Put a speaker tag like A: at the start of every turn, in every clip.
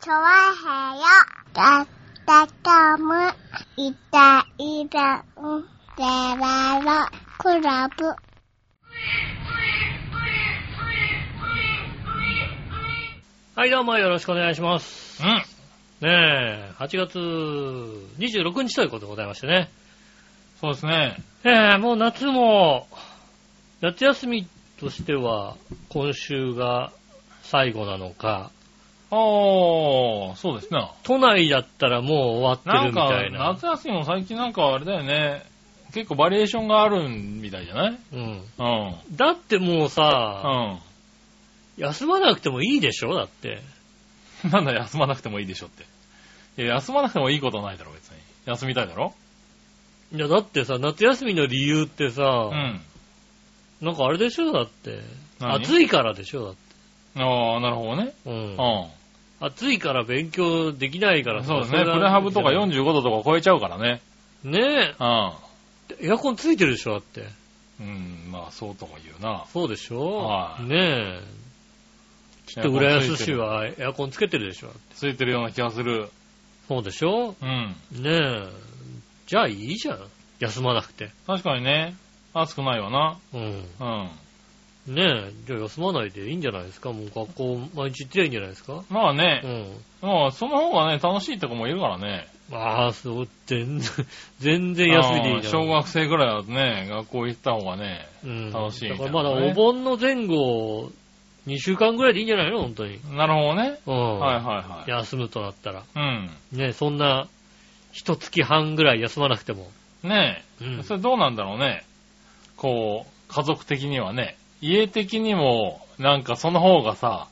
A: チョワヘヨだったかむいたいたんでららクラブ
B: はい、どうもよろしくお願いします。
C: うん。
B: ねえ、8月26日ということでございましてね。
C: そうですね。
B: ええ、もう夏も、夏休みとしては、今週が最後なのか、
C: ああ、そうですな。
B: 都内だったらもう終わって
C: な
B: る
C: ん
B: みた
C: か
B: い、な。
C: 夏休みも最近なんかあれだよね。結構バリエーションがあるみたいじゃない
B: うん。
C: うん。
B: だってもうさ、
C: う
B: 休まなくてもいいでしょだって。
C: ん。なんだ休まなくてもいいでしょって。いや、休まなくてもいいことないだろ、別に。休みたいだろ
B: いや、だってさ、夏休みの理由ってさ
C: う、ん。
B: なんかあれでしょだって。
C: 何
B: 暑いからでしょだって。
C: ああ、なるほどね。
B: う。
C: うんん。
B: 暑いから勉強できないからさ
C: そうです
B: れ
C: ね。プ
B: は
C: レハブとか45度とか超えちゃうからね。
B: ね
C: う
B: え、エアコンついてるでしょだって。
C: ん。うん、まあそうとも言うな。
B: そうでしょ
C: はい
B: ねえ。きっと浦安市はエアコンつけてるでしょ
C: ついてるような気がする。
B: そうでしょ
C: うん。
B: ねえ。じゃあいいじゃん。休まなくて。
C: 確かにね。暑くないわな。
B: うん。
C: うん。
B: ねえ、じゃあ休まないでいいんじゃないですかもう学校毎日行ってりゃいいんじゃないですか
C: まあね
B: う。ん。
C: まあ、その方がね、楽しいって子もいるからね。
B: ああ、そう、全然、 全然休みでいいじゃん。
C: あー小学生ぐらいだとね、学校行った方がね、
B: うん
C: 楽しい
B: だ
C: み
B: か
C: たい
B: ら
C: なね
B: まだお盆の前後、2週間ぐらいでいいんじゃないの本当に。
C: なるほどね。
B: うん。
C: はいはいは
B: 休むとなったら。
C: い。う
B: ね、そんな、一月半ぐらい休まなくても。
C: ん。ね
B: う
C: え、
B: ん。
C: それどうなんだろうね。こう、家族的にはね、家的にも、なんかその方がさ、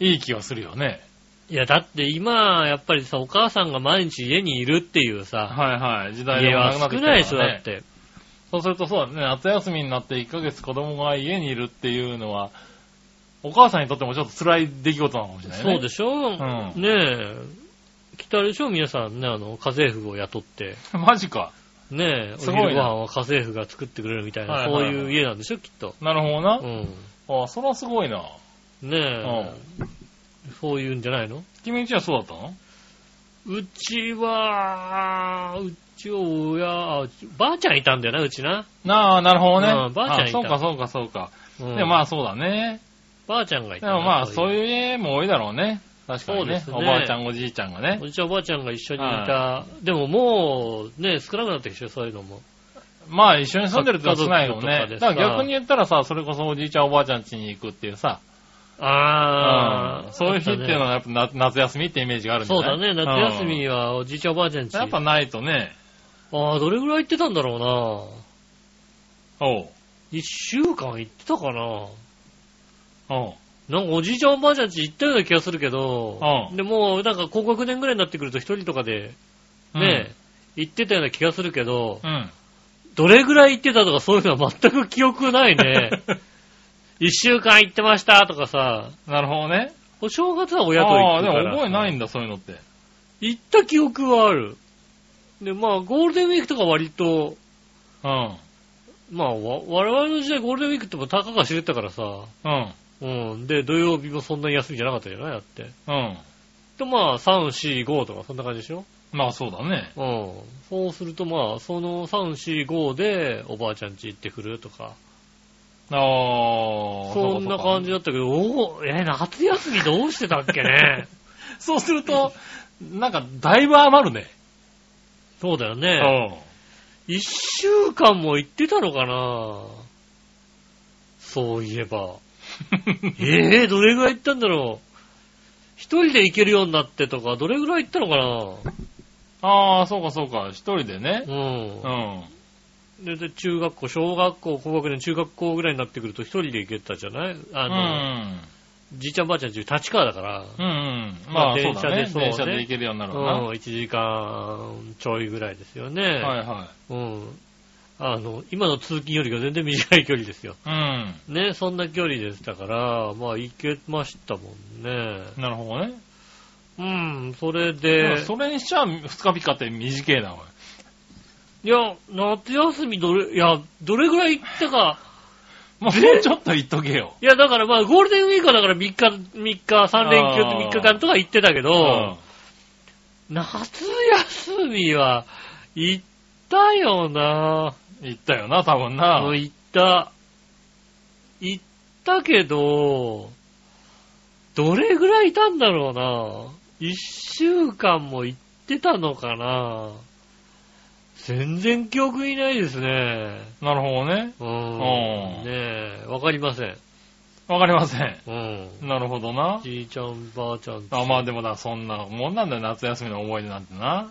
C: いい気がするよね。
B: いや、だって今、やっぱりさ、お母さんが毎日家にいるっていうさ、
C: はいはい。時代で
B: 家
C: も
B: は
C: なくなって
B: 少
C: きたか
B: ない
C: ら
B: でしょ、だっ
C: ね。
B: て。
C: そうするとそうだね、夏休みになって1ヶ月子供が家にいるっていうのは、お母さんにとってもちょっと辛い出来事なのかもしれないね。
B: そうでしょね
C: ん
B: え。来たでしょ皆さんね、あの、家政婦を雇って。
C: す。マジか。
B: ねえ、お
C: す
B: 昼
C: ごいな
B: ご飯は家政婦が作ってくれるみたいな、
C: はい
B: そ
C: は
B: う
C: いはい
B: いう家なんでしょきっと。
C: なるほどな
B: う。ん。
C: ああ、それはすごいな。
B: ねえ。そういうんじゃないの
C: 君んちはそうだったの
B: うちは、うち親、あうちばあちゃんいたんだよな、うちな。
C: なあ、なるほどね。
B: うんばあちゃんいた
C: そうか、そうか、そうか。
B: うん
C: でもまあそうだね。
B: ばあちゃんがい
C: で
B: たな。
C: もまあそう
B: う。
C: いう家も多いだろうね。確かにね。
B: そうですね
C: おばあちゃん、おじいちゃんがね。
B: おじいちゃんおばあちゃんが一緒にいた。でももう、ね、少なくなってきてる、そういうのも。
C: まあ一緒に住んでるって少ないもん
B: 家
C: ね
B: 族。とかで
C: だ
B: さ
C: から逆に言ったらさ、それこそおじいちゃん、おばあちゃん家に行くっていうさ、
B: あ
C: うん
B: あ。
C: そういう日っていうのはやっぱな夏休みってイメージがあるんじゃ
B: そう
C: な
B: だ
C: い
B: ね、夏休みはおじいちゃんおばあちゃんち。
C: うんやっぱないとね。
B: ああ、どれぐらい行ってたんだろうな。
C: おう。
B: 一週間行ってたかな。
C: おう。
B: なんかおじいちゃんおばあちゃんち行ったような気がするけど、
C: うん
B: でもうなんか高学年ぐらいになってくると一人とかで
C: うん
B: ね、行ってたような気がするけど、
C: うん。
B: どれぐらい行ってたとかそういうのは全く記憶ないね。一週間行ってましたとかさ、
C: なるほどね。
B: お正月は親と
C: あ
B: 行
C: あ、
B: く
C: で
B: か
C: も
B: ら。
C: 覚えない
B: うん
C: んだ、そういうのって。
B: 行った記憶はある。で、まあゴールデンウィークとか割と、
C: うん。
B: まあわ我々の時代ゴールデンウィークってもたかが知れてたからさ、
C: うん。
B: うん。で、土曜日もそんなに休みじゃなかったじゃないだって。
C: うん。
B: で、まあ、3、4、5とか、そんな感じでしょ
C: まあそうだね。
B: うん。そうすると、まあ、その3、4、5で、おばあちゃん家行ってくるとか、
C: ああ。
B: そんな感
C: じ
B: じだったけど、おお、えー、夏休みどうしてたっけね。
C: そうすると、なんか、だいぶ余るね。
B: そうだよ
C: う
B: ね。一週間も行ってたのかなそういえば。ええー、どれぐらい行ったんだろう。一人で行けるようになってとか、どれぐらい行ったのか
C: ああ、そうかそうか。一人でね。
B: なうん
C: う。ん。
B: で、で中学校、小学校、高学年、中学校ぐらいになってくると一人で行けたじゃないうあの、
C: ん。
B: じいちゃんばあちゃんち立川だから、
C: うんうん。
B: まあ
C: まあ、そう
B: 電。
C: だね
B: 車でそうね
C: 電車で行けるようにな
B: う
C: る
B: ん、
C: かな。は
B: 1時間ちょいぐらいですよね。
C: いは
B: うん。あの、今の通勤よりが全然短い距離ですよ。
C: い。うん。
B: ね、そんな距離でしたから、まあ行けましたもんね。
C: なるほどね。
B: うん、それ
C: でも
B: で、
C: それにしちゃ二日ピ日って短い な、おい。
B: いや、夏休みどれ、いや、どれぐらい行ったか、
C: もうもうちょっと言っとけよ。
B: いや、だからまあ、ゴールデンウィークはだから3日、3日、3連休って3日間とか行ってたけ
C: う
B: ど、夏休みは、行ったよな
C: 言ったよな、多分な。
B: もう行った。行ったけど、どれぐらいいたんだろうな。一週間も行ってたのかな。全然記憶にないですね。
C: なるほどね。
B: うん。
C: うん
B: ねえ、わかりません。
C: わかりません。
B: うん。
C: なるほどな。
B: じいちゃん、ばあちゃん。
C: あまあでもだ、そんなもんなんだよ、夏休みの思い出なんてな。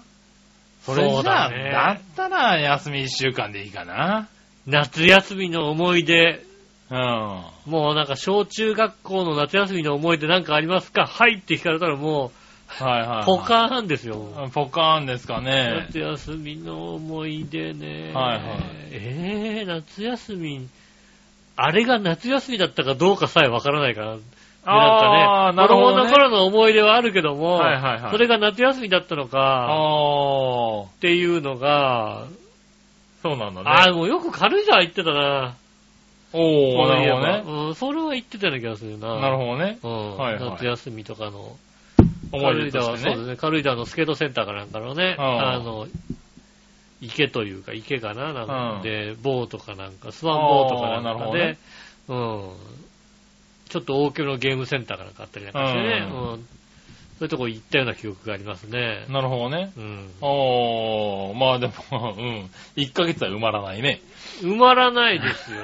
C: それ
B: そう
C: じゃ
B: だ
C: あ、だ,、
B: ね
C: ったら休み一週間でいいかな。
B: 夏休みの思い出。
C: うん。
B: もうなんか小中学校の夏休みの思い出なんかありますかはいって聞かれたらも
C: はいはい、は
B: う、
C: い。
B: ポカーンですよ。
C: うん。ポカーンですかね。
B: 夏休みの思い出ね。
C: はいはい
B: えー、夏休み、あれが夏休みだったかどうかさえわからないから。
C: ああ、
B: な
C: なん
B: か
C: る
B: ね、子
C: ほど、
B: 供の
C: ね。
B: 頃の思い出はあるけども、
C: はいはいはい
B: それが夏休みだったのか、
C: ああ、
B: っていうのが、
C: そうなんだね。
B: ああ、もうよく軽井沢行ってたな。
C: おお
B: そうい
C: な
B: え
C: る
B: ば
C: ほどね。
B: うん、それは行ってたような気がするな。
C: なるほどね。
B: ど。うん、
C: はいはい
B: 夏休みとかの。
C: 思
B: 軽
C: い
B: 井
C: 出と
B: 沢、
C: し
B: そう
C: て
B: です
C: ね。
B: ね。軽井沢のスケートセンターかなんかのね、
C: うん
B: あの、池というか、池かな、なん
C: うん
B: で、ボートかなんか、スワンボートか
C: あ
B: な
C: ー
B: んかで、
C: なる
B: うん。ちょっと大きめのゲームセンターかなんかあったりなんかしてね、う
C: うん
B: そういうとこ行ったような記憶がありますね。
C: なるほどね。
B: うん。
C: おー、まあでも、 うん。1ヶ月は埋まらないね。
B: 埋まらないです よ。い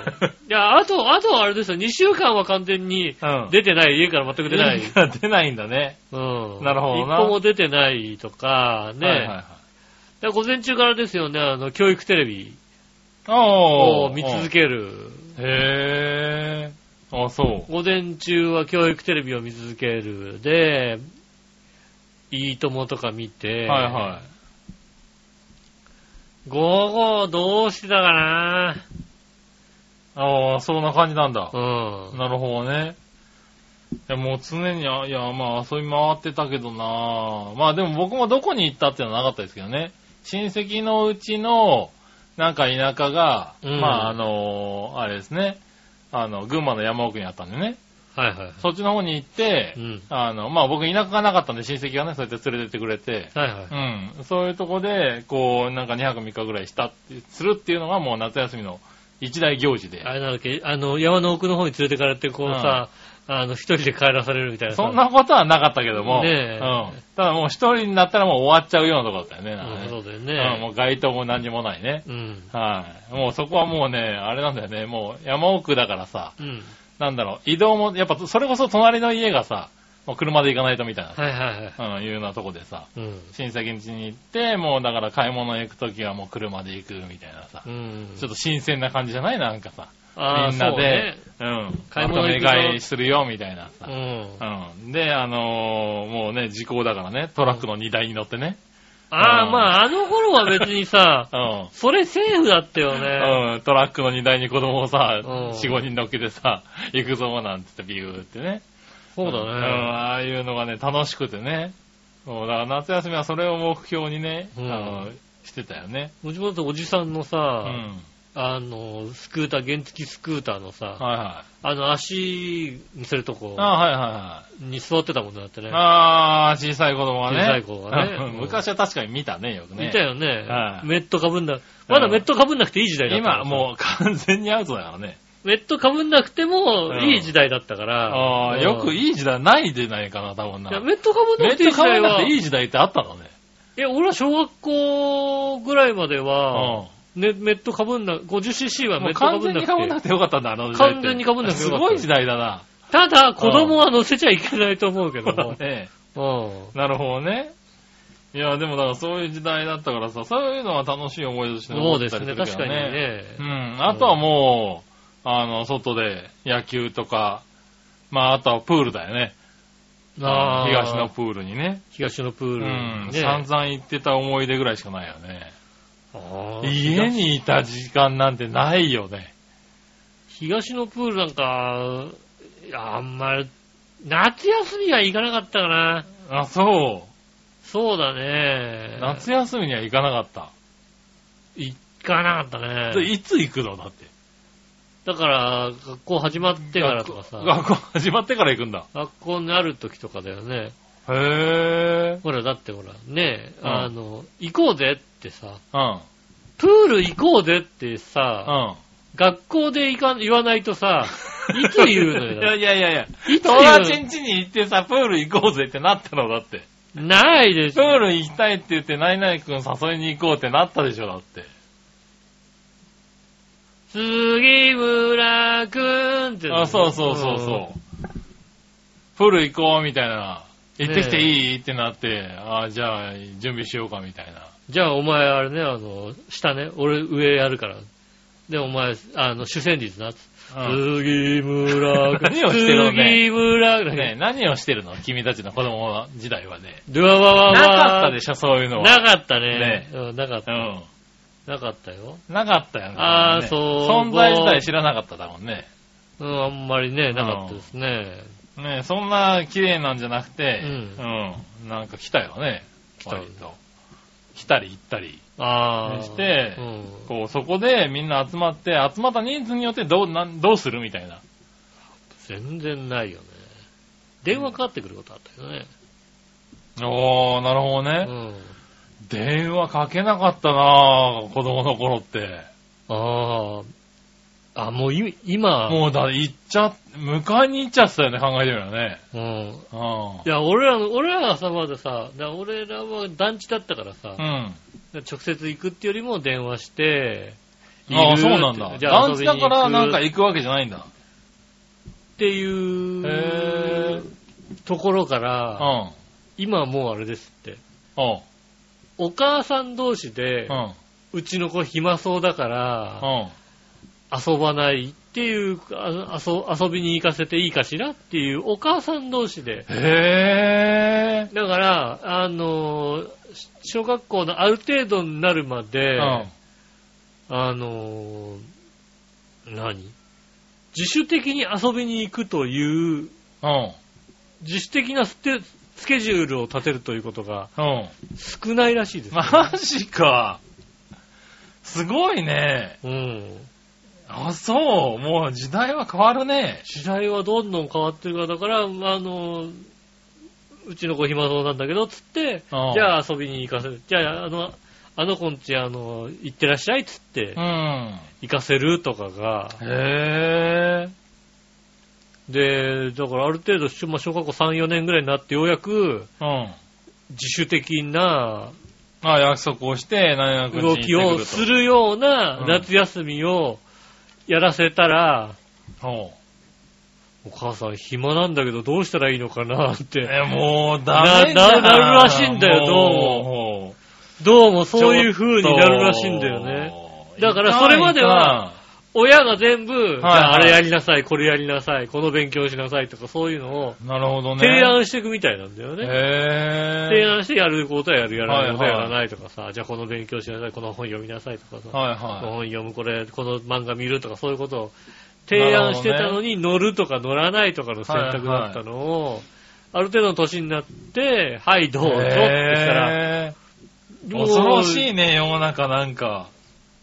B: や、あと、あとはあれですよ、2週間は完全に
C: うん
B: 出てない、家から全く出 ない。
C: が出ないんだね。
B: うん。
C: なるほどな
B: 一歩も出てないとか、ね。
C: はいはいはい。
B: で午前中からですよね、あの、教育テレビ
C: お
B: を
C: ー。
B: 見続ける。
C: け。へー。あ、そう。
B: 午前中は教育テレビを見続ける。で、いいともとか見て、
C: はいは。
B: 午後どうしてたかない
C: あー、そんな感じなんだ
B: う。ん。
C: なるほどね。いや、もう常に、あいや、まあ遊び回ってたけどなまあでも僕もどこに行ったっていうのはなかったですけどね。親戚のうちの、なんか田舎が、
B: うん
C: まああのあれですね。あの、群馬の山奥にあったんでね。
B: はいはい。
C: そっちの方に行って、
B: うん。
C: あの、まあ僕田舎がなかったんで親戚がね、そうやって連れてってくれて、
B: はいはい。
C: うん、そういうとこで、こう、なんか2泊3日ぐらいしたって、するっていうのがもう夏休みの一大行事で
B: あ。れなんだっけ、あの、山の奥の方に連れてかれて、こうさ、あの、一人で帰らされるみたい なさ。
C: そんなことはなかったけども、
B: ねえ
C: うん、ただもう一人になったらもう終わっちゃうようなとこだったよね。なん
B: う
C: か
B: ん
C: ね
B: そうだよ
C: うん
B: ね。
C: もう街灯も何にもないね。
B: うん。
C: はい、もうそこはもうね、あれなんだよね、もう山奥だからさ、
B: うん。
C: なんだろう、移動も、やっぱそれこそ隣の家がさ、もう車で行かないとみたいなさ、
B: はいはいはい。
C: うん、いうようなとこでさ、
B: うん。
C: 親戚の家に行って、もうだから買い物行くときはもう車で行くみたいなさ、
B: うん。
C: ちょっと新鮮な感じじゃないなんかさ、
B: あー
C: みんな
B: そう
C: で
B: ね、
C: うん、
B: 買い
C: 買い
B: 物
C: 物
B: 行くぞ
C: 買いするよみたいなさ、
B: うん。
C: うん。で、あのーもうね、時効だからね、トラックの荷台に乗ってね。
B: ああ、
C: うん、
B: まあ、あの頃は別にさ
C: うん。
B: それセーフだったよね。
C: うん、トラックの荷台に子供をさ、
B: うん
C: 4、5人乗っけてさ、 行くぞなんて言ってビューってね。
B: そう
C: うん、
B: だね。
C: ああいうのがね、楽しくてね。もうだから夏休みはそれを目標にね、
B: うん
C: あの、してたよね。
B: もちろんおじさんの
C: う
B: さ、
C: ん。
B: あの、スクーター、原付スクーターのさ、
C: はいはい。
B: あの、足見せるとこ
C: ああ、はいは
B: に座ってたもんだって
C: いは
B: ね
C: い。。ああ、小さい子供はね。
B: 小さい子はね
C: うん 昔は確かに見たね、よくね。
B: いたよね
C: は。い
B: メットかぶんな、まだメットかぶんなくていい時代だったから
C: 今
B: さ。
C: もう完全にアウトだからね。
B: メットかぶんなくても
C: うん
B: いい時代だったから。
C: ああ、
B: うん
C: よくいい時代ないじゃないかな、多分な。
B: いや、メットかぶん
C: め
B: な
C: っ
B: くて
C: ち
B: い
C: ゃ
B: い時
C: 可
B: 代
C: 愛かっ
B: は
C: た。いい時代ってあったのね。
B: いや、俺は小学校ぐらいまで
C: うん。
B: は
C: も、
B: ね、メットかぶんな、50cc はメ
C: う
B: ットか
C: 完
B: ぶん
C: 全
B: な
C: に被
B: く
C: んな
B: て。
C: くてよかったんだ、あの時代って。
B: 完全に被んなくてよかった
C: すごい時代だ な。
B: ただ、子供は乗せちゃいけないと思うけども。
C: ね
B: う
C: なるほどね。いや、でもだからそういう時代だったからさ、そういうのは楽しい思い出として
B: ん。そう
C: 残
B: で
C: った
B: す
C: り
B: ね、
C: るけ
B: 確
C: ど
B: かにね。
C: うん。あとはもう、あの、外で野球とか、まあ、あとはプールだよね。
B: あー
C: 東のプールにね。
B: 東のプー
C: う
B: ル
C: ん。
B: にね。
C: 散々行ってた思い出ぐらいしかないよね。
B: あー
C: 家にいた時間なんてないよね。
B: 東のプールなんか、いやあんまり、夏休みは行かなかったかな。
C: あ、そう。
B: そうだね。
C: 夏休みには行かなかっ
B: 行かなかった
C: た。
B: ね。
C: いつ行くのだって。
B: だから、学校始まってからとかさ、
C: 学校 始まってから行くんだ。
B: 学校になる時とかだよね。
C: へえ。
B: ほら、だってほら、ねえ、
C: うん
B: あの、行こうぜってさ、
C: うん。
B: プール行こうぜってさ、
C: うん。
B: 学校で行かん言わないとさ、いつ言うの
C: いや
B: よ。
C: いやいやいや。
B: いつ言
C: 友
B: う
C: 達ん家に行ってさ、プール行こうぜってなったのだって。
B: ないでし
C: プ
B: ょ。
C: ール行きたいって言って、ナイナイ君誘いに行こうってなったでしょ、だって。
B: 杉村くんって。
C: あ、そうそうそうそう。プール行こうみたいな。行ってきていい、ってなって、あじゃあ準備しようかみたいな。
B: うん。じゃあお前あれね、あの、下ね、俺上やるから。で、お前、あの、主戦率な。
C: うん
B: 杉村くん。
C: 何をしてるのね
B: 杉村くん。
C: ねえ何をしてるの君たちの子供時代はね。
B: ドゥワワワ
C: な
B: ワ
C: かったでしょ、そういうのは。
B: なかったね。
C: ね
B: うん、なかった。
C: うん。
B: なかったよ。
C: なかったよね。
B: あー
C: ね
B: そう
C: 存在自体知らなかっただもんね。
B: うん、あんまりね、なかったですね。
C: ねえそんな綺麗なんじゃなくて、
B: う
C: うんなんか来たよね。
B: 来た
C: 割と。来たり行ったり。
B: ああ。
C: して
B: うん。
C: こう、そこでみんな集まって、集まった人数によってどう、なんどうするみたいな。
B: 全然ないよね。電話かかってくることあったよね。
C: おー、なるほど
B: う
C: ね。
B: ん。
C: 電話かけなかったなぁ、子供の頃って。
B: ああ。あ、もうい今、
C: もうだ、行っちゃ、迎えに行っちゃってたよね、考えてみればね。
B: うん。
C: う
B: いや、俺らの、俺らがさ、まださ、だから俺らは団地だったからさ、
C: ん。うん。
B: 直接行くってよりも電話して、いる
C: ああ、そうなんだ。
B: じゃあ
C: 団地だからなんか
B: 遊びに行く
C: 行くわけじゃないんだ。
B: ってい
C: へ
B: うところか
C: うん。
B: ら、今もうあれですって。
C: おう。
B: お母さん同士で
C: う、ん。
B: うちの子暇そうだから、
C: うん。
B: 遊ばないっていう、あ遊遊びに行かせていいかしらっていうお母さん同士で、
C: へ
B: だから、あのーし小学校のある程度になるま
C: ぇー。
B: で、
C: うん。
B: あのー何自主的に遊びに行くという、
C: うん。
B: 自主的なステスケジュールを立てるということが
C: うん。
B: 少ないらしいです、
C: マジか。すごいね。
B: うん。
C: あ、そう。もう時代は変わるね。
B: 時代はどんどん変わってるから、だから、あのーうちの子暇そうなんだけど、つって、
C: うん
B: じゃあ遊びに行かせる。じゃあ、あの、あの子んち、あの、行ってらっしゃい、つって
C: う、ん。
B: 行かせるとかが、
C: へぇ
B: で、
C: ー。
B: だからある程度、しまあ小学校3、4年ぐらいになってようやく
C: うん。
B: 自主的な
C: あ、約束をして、何々君
B: 動きをするような
C: うん
B: 夏休みをやらせたら、
C: ほ
B: お母さん暇なんだけどどうしたらいいのかなっ
C: う。
B: て、
C: え、もうダメ
B: なななるらしいんだよどうも
C: も。
B: どうもそういう風
C: 風
B: になるらしいんだよね。。だからそれまでは親が全部、じ
C: はい
B: ゃああれやりなさい、これやりなさい、この勉強しなさいとかそういうのを
C: いかん、なるほどね。
B: 提案していくみたいなんだよね。
C: へぇー。
B: 提案してやることはやる、やらないことはや
C: はいは
B: ら
C: い
B: ないとかさ、じゃあこの勉強しなさい、この本読みなさいとかさ、
C: はい
B: この
C: は
B: 本読む、これ、この漫画見るとかそういうことを提案してたのに、乗るとか乗らないとかの選択だったのを、ある程度の年になって、はい、
C: い。
B: どうぞってしたら、
C: へー
B: もう
C: 恐ろしいね、世の中なんか。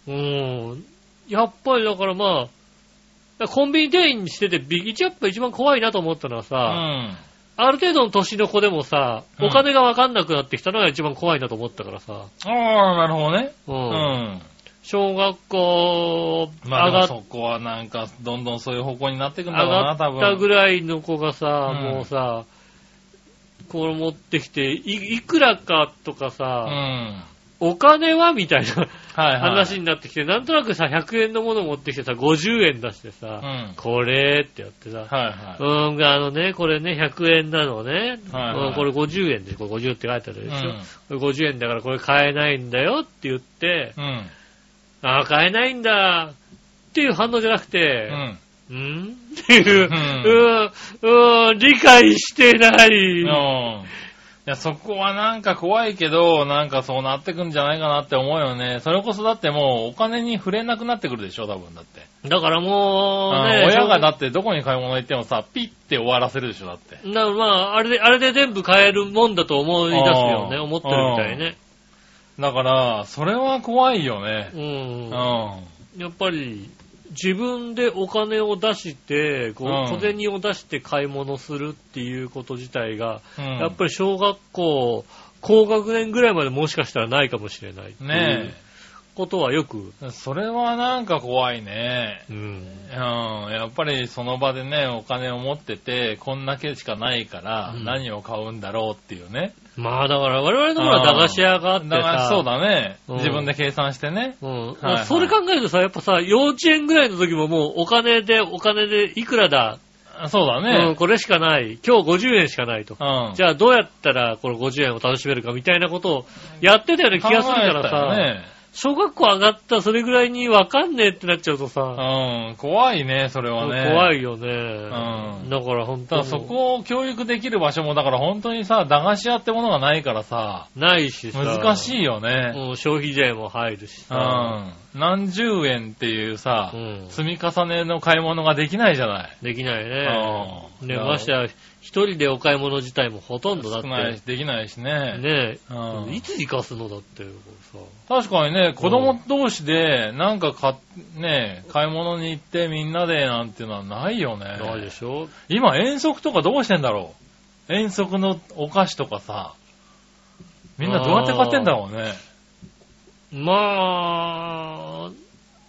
B: うん。やっぱりだからまあ、コンビニ店員にしてて、ビギチャップ一番怖いなと思ったのは
C: う
B: さ、
C: ん。
B: ある程度の年の子でもさ、
C: うん
B: お金がわかんなくなってきたのが一番怖いなと思ったからさ、
C: ああ、なるほどね。
B: う。
C: うんん。
B: 小学校上
C: まあでも
B: がっ
C: そこはなんか、どんどんそういう方向になっていくん
B: 上
C: だろう
B: が
C: な、
B: っ
C: 多分。
B: たぐらいの子がさ、
C: うん
B: もうさ、これ持ってきて、いいくらかとか
C: う
B: さ、
C: ん。
B: お金はみたいな
C: はいはい。
B: 話になってきて、なんとなくさ、100円のもの持ってきてさ、50円出して
C: うん。
B: さ、
C: はい
B: これってやってさ、
C: は
B: う
C: い。
B: ん、あのね、これね、100円なのね、
C: はいはい
B: うんこれ50円で、これ50って書いてあるでしょ、
C: うん
B: これ50円だからこれ買えないんだよって言って、
C: うん。
B: ああ、買えないんだっていう反応じゃなくて、
C: うん。
B: んっていう、う、
C: うん
B: うん、理解してない。
C: うん。いや、そこはなんか怖いけど、なんかそうなってくんじゃないかなって思うよね。それこそだってもうお金に触れなくなってくるでしょ、多分だって。
B: だからもう、ね
C: う、ん親がだ
B: な、
C: ってどこに買い物行ってもさ、ピッて終わらせるでしょ、だって。
B: なまあ、あれで、あれで全部買えるもんだと思い出すよね。
C: あー
B: 思ってるみたいね。
C: だから、それは怖いよね。
B: う。
C: うんん。
B: やっぱり、自分でお金を出して、こう
C: うん
B: 小銭を出して買い物するっていうこと自体が、
C: うん。
B: やっぱり小学校、高学年ぐらいまでもしかしたらないかもしれないっていう
C: ね
B: ことはよく、
C: え。それはなんか怖いね。
B: うん
C: うん。やっぱりその場でね、お金を持ってて、こんだけしかないから
B: う、ん
C: 何を買うんだろうっていうね。
B: まあだから我々の頃は駄菓子屋があって
C: だから
B: さ、
C: そうだね。
B: うん
C: 自分で計算してね。
B: うん
C: はいはい
B: それ考えるとさ、やっぱさ、幼稚園ぐらいの時ももうお金で、お金でいくらだ、
C: そうだ
B: うん、
C: ね。
B: これしかない、今日50円しかないと。
C: うん。
B: じゃあどうやったらこの50円を楽しめるかみたいなことをやってたような気がするから
C: 考えたよ
B: さ、
C: ね。
B: 小学校上がったそれぐらいにわかんねえってなっちゃうとさ、
C: うん。怖いね、それはね。
B: 怖
C: い。
B: いよね。
C: ん
B: だから本当
C: ただ
B: に
C: そこを教育できる場所も、だから本当にさ、駄菓子屋ってものがないからさ、
B: ないしさ、
C: 難しいよ
B: い
C: ね。
B: もう消費税も入るし
C: う
B: さ、
C: ん。何十円っていうさ
B: う、ん
C: 積み重ねの買い物ができないじゃない。
B: できないね。
C: うん
B: ねましてや、一人でお買い物自体もほとんどだっ
C: 少
B: て、
C: ないし、できないしね。
B: ね
C: うん
B: いつ生かすのだってこれさ、
C: 確かにね、子供同士で、なんか買っ、ね、買い物に行ってみんなでなんていうのはないよね。
B: ないでしょ
C: 今遠足とかどうしてんだろう遠足のお菓子とかさ、みんなどうやって買ってんだろうね。
B: まあ、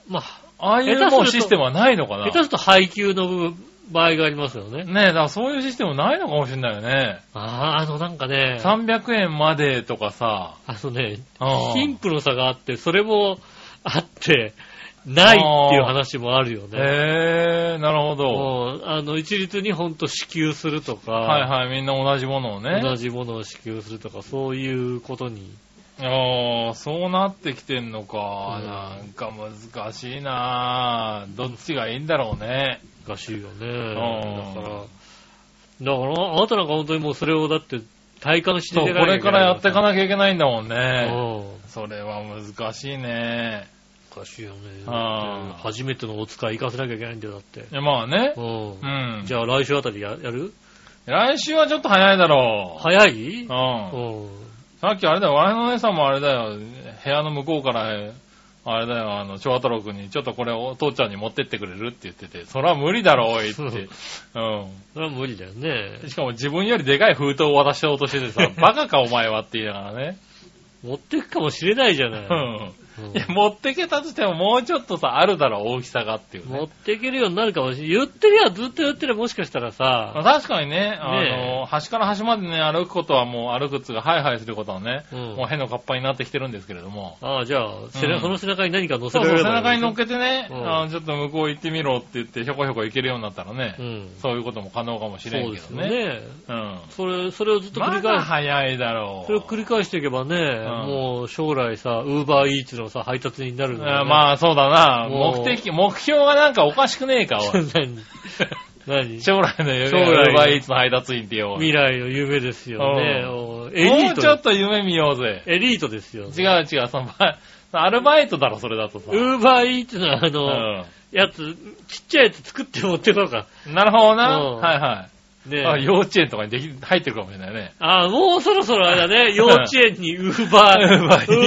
B: まあ、
C: ああい
B: 下手する
C: う
B: と
C: もうシステムはないのかな
B: 下手すると配給の部分場合がありますよね。
C: ねえ、だからそういうシステムないのかもしれないよね。
B: ああー、あのなんかね、
C: 300円までとかさ、
B: あのね、
C: うん
B: 貧富の差があって、それもあって、ないっていう話もあるよね。
C: へえなるほど。
B: もう、あの、一律にほんと支給するとか、
C: はいはい、みんな同じものをね。
B: 同じものを支給するとか、そういうことに。
C: ああ、そうなってきてんのか。
B: うん
C: なんか難しいなどっちがいいんだろうね。
B: らしいよね。
C: ん
B: だから、だから、あなたなんか本当にもうそれをだって体感して
C: そう、これからやっていか
B: なき
C: なきゃいけないんだもん
B: ゃいけ
C: ね
B: ない。からさ。うん
C: それは難しいね。
B: おかしいよね。
C: あー
B: 初めてのお使い行かせなきゃいけないんだよ、だって。
C: いやまあね。
B: うん
C: うん。
B: じゃあ来週あたりややる
C: 来週はちょっと早いだろ。
B: 早いうう
C: うん。
B: ん。
C: さっきあれだよ、我のお姉さんもあれだよ、部屋の向こうから、あれだよ、あの、昭和太郎くんに、ちょっとこれお父ちゃんに持ってってくれるって言ってて、そら無理だろ、おいって。
B: そう
C: う
B: それは無理だよね
C: ん。。しかも自分よりでかい封筒を渡しようとしててさ、バカかお前はって言いながらね。
B: 持ってくかもしれないじゃな
C: う
B: い。
C: ん。
B: うん
C: いや、持ってけたとしてももうちょっとさ、あるだろ、大きさがっていう
B: 持っ
C: ね。
B: ていけるようになるかもしれない。言ってりゃずっと言ってりゃもしかしたら
C: まあ
B: さ、
C: 確かにね、あ
B: ね
C: の、端から端までね、歩くことはもう歩くっつうか、ハイハイすることはね、
B: うん
C: もう変の活版になってきてるんですけれども。
B: ああ、じゃあ、背中
C: うん
B: その背中に何か乗せ
C: そう
B: ら
C: そ
B: れ
C: う、
B: れ
C: 背
B: ばいい
C: 中に乗っけてね、
B: うん
C: あのちょっと向こう行ってみろって言って、ひょこひょこ行けるようになったらね、
B: うん。
C: そういうことも可能かもしれん
B: そう
C: け
B: です
C: ど
B: よ
C: ね。
B: ね。
C: うん。
B: それ、それをずっと繰
C: ま
B: り返
C: だ
B: し、
C: 早いだろう。
B: それを繰り返していけばね、もう将来さ、ウーバーイーツのさ、配達員になるの
C: あまあ、そうだな。
B: もう
C: 目的、目標がなんかおかしくねえか、おい
B: 何何
C: 将来の夢
B: 将来
C: は
B: の
C: ウーバーイーツの配達員ってよ。
B: 未来の夢ですよね。
C: うん
B: おエリ
C: も
B: ー
C: う
B: ト
C: ちょっと夢見ようぜ。
B: エリートですよ、
C: 違う違う、その、アルバイトだろ、それだとさ。
B: ウーバーイーツのあ
C: う
B: の、
C: ん
B: やつ、ちっちゃいやつ作って持ってこようか。
C: なるほどな。
B: うん
C: はいはい。
B: ね
C: あ幼稚園とかにでき入ってるかもしれないね。
B: あもうそろそろあれだ ね、幼稚園にウーバー、ウ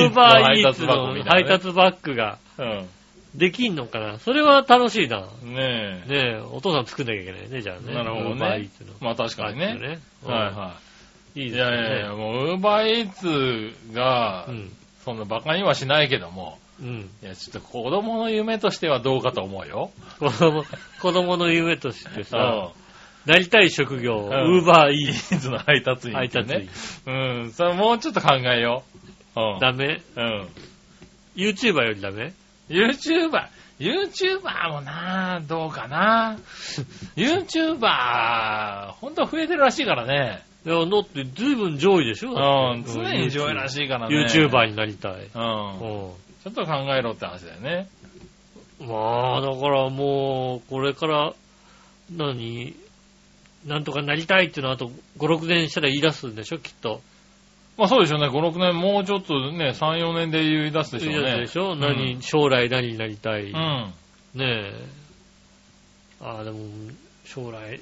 B: ーバーイーツの配
C: 配
B: 達
C: 達
B: バッグが
C: う
B: できんのかな。それは楽しいな。
C: ん。ねえ。
B: ねえ、お父さん作んなきゃいけないね、じゃあね。
C: なるほど
B: Uber
C: ね
B: Eats の。
C: まあ確かにね。はい
B: は
C: はい。
B: いい
C: い
B: です
C: や
B: よ
C: い
B: ね
C: やいや、もう、ウーバーイーツが
B: い。う、ん。
C: そんなバカにはしないけども、
B: うん。
C: いや、ちょっと子供の夢としてはどうかと思うよ。
B: 子供、 子供の夢としてさ、
C: う
B: なりたい職業、ウ
C: ん
B: ーバーイ
C: ん。イ
B: ー
C: ーツの配達
B: ツ
C: 員
B: 配
C: って
B: 達
C: ね
B: 員。。
C: うん。それもうちょっと考えよう。うん。
B: ダメ
C: うん。
B: ?YouTuber よりダメ
C: YouTuber、YouTuber もなぁ、どうかな YouTuber、ほんと増えてるらしいからね。
B: いや、のって随分上位でしょ
C: うん、常に上位ら
B: い。
C: しいからね。
B: YouTuber になりたい。
C: うん。
B: うん。
C: ちょっと考えろって話だよね。
B: まあ、だからもう、これから、何、なんとかなりたいっていうのはあと5、6年したら言い出すんでしょ、きっと。
C: まあそうでしょうね、5、6年、もうちょっとね、3、4年で言い出すでし
B: 言
C: ょ
B: いう出
C: ね。
B: すでしょ、何、将来何になりたい。
C: うん。
B: ねえ。ああ、でも、将来、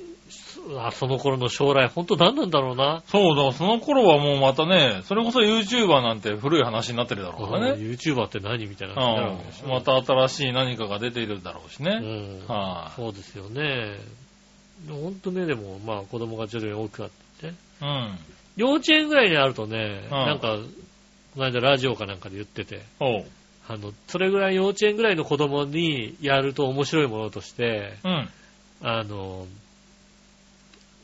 B: あその頃の将来、本当何なんだろうな。
C: そうだ、その頃はもうまたね、それこそ YouTuber なんて古い話になってるだろうからね。
B: YouTuber って何みたいな
C: う
B: 感じになるわけでしょ。
C: ん。また新しい何かが出ているだろうし
B: う
C: ね。
B: ん。
C: は
B: そうですよね。ほんとね、でも、まあ子供が徐々に大きくなってね。
C: い。うん。
B: 幼稚園ぐらいになるとね、
C: ん
B: なんか、この間ラジオかなんかで言ってて、
C: おう。
B: あの、それぐらい幼稚園ぐらいの子供にやると面白いものとして、
C: うん。
B: あの、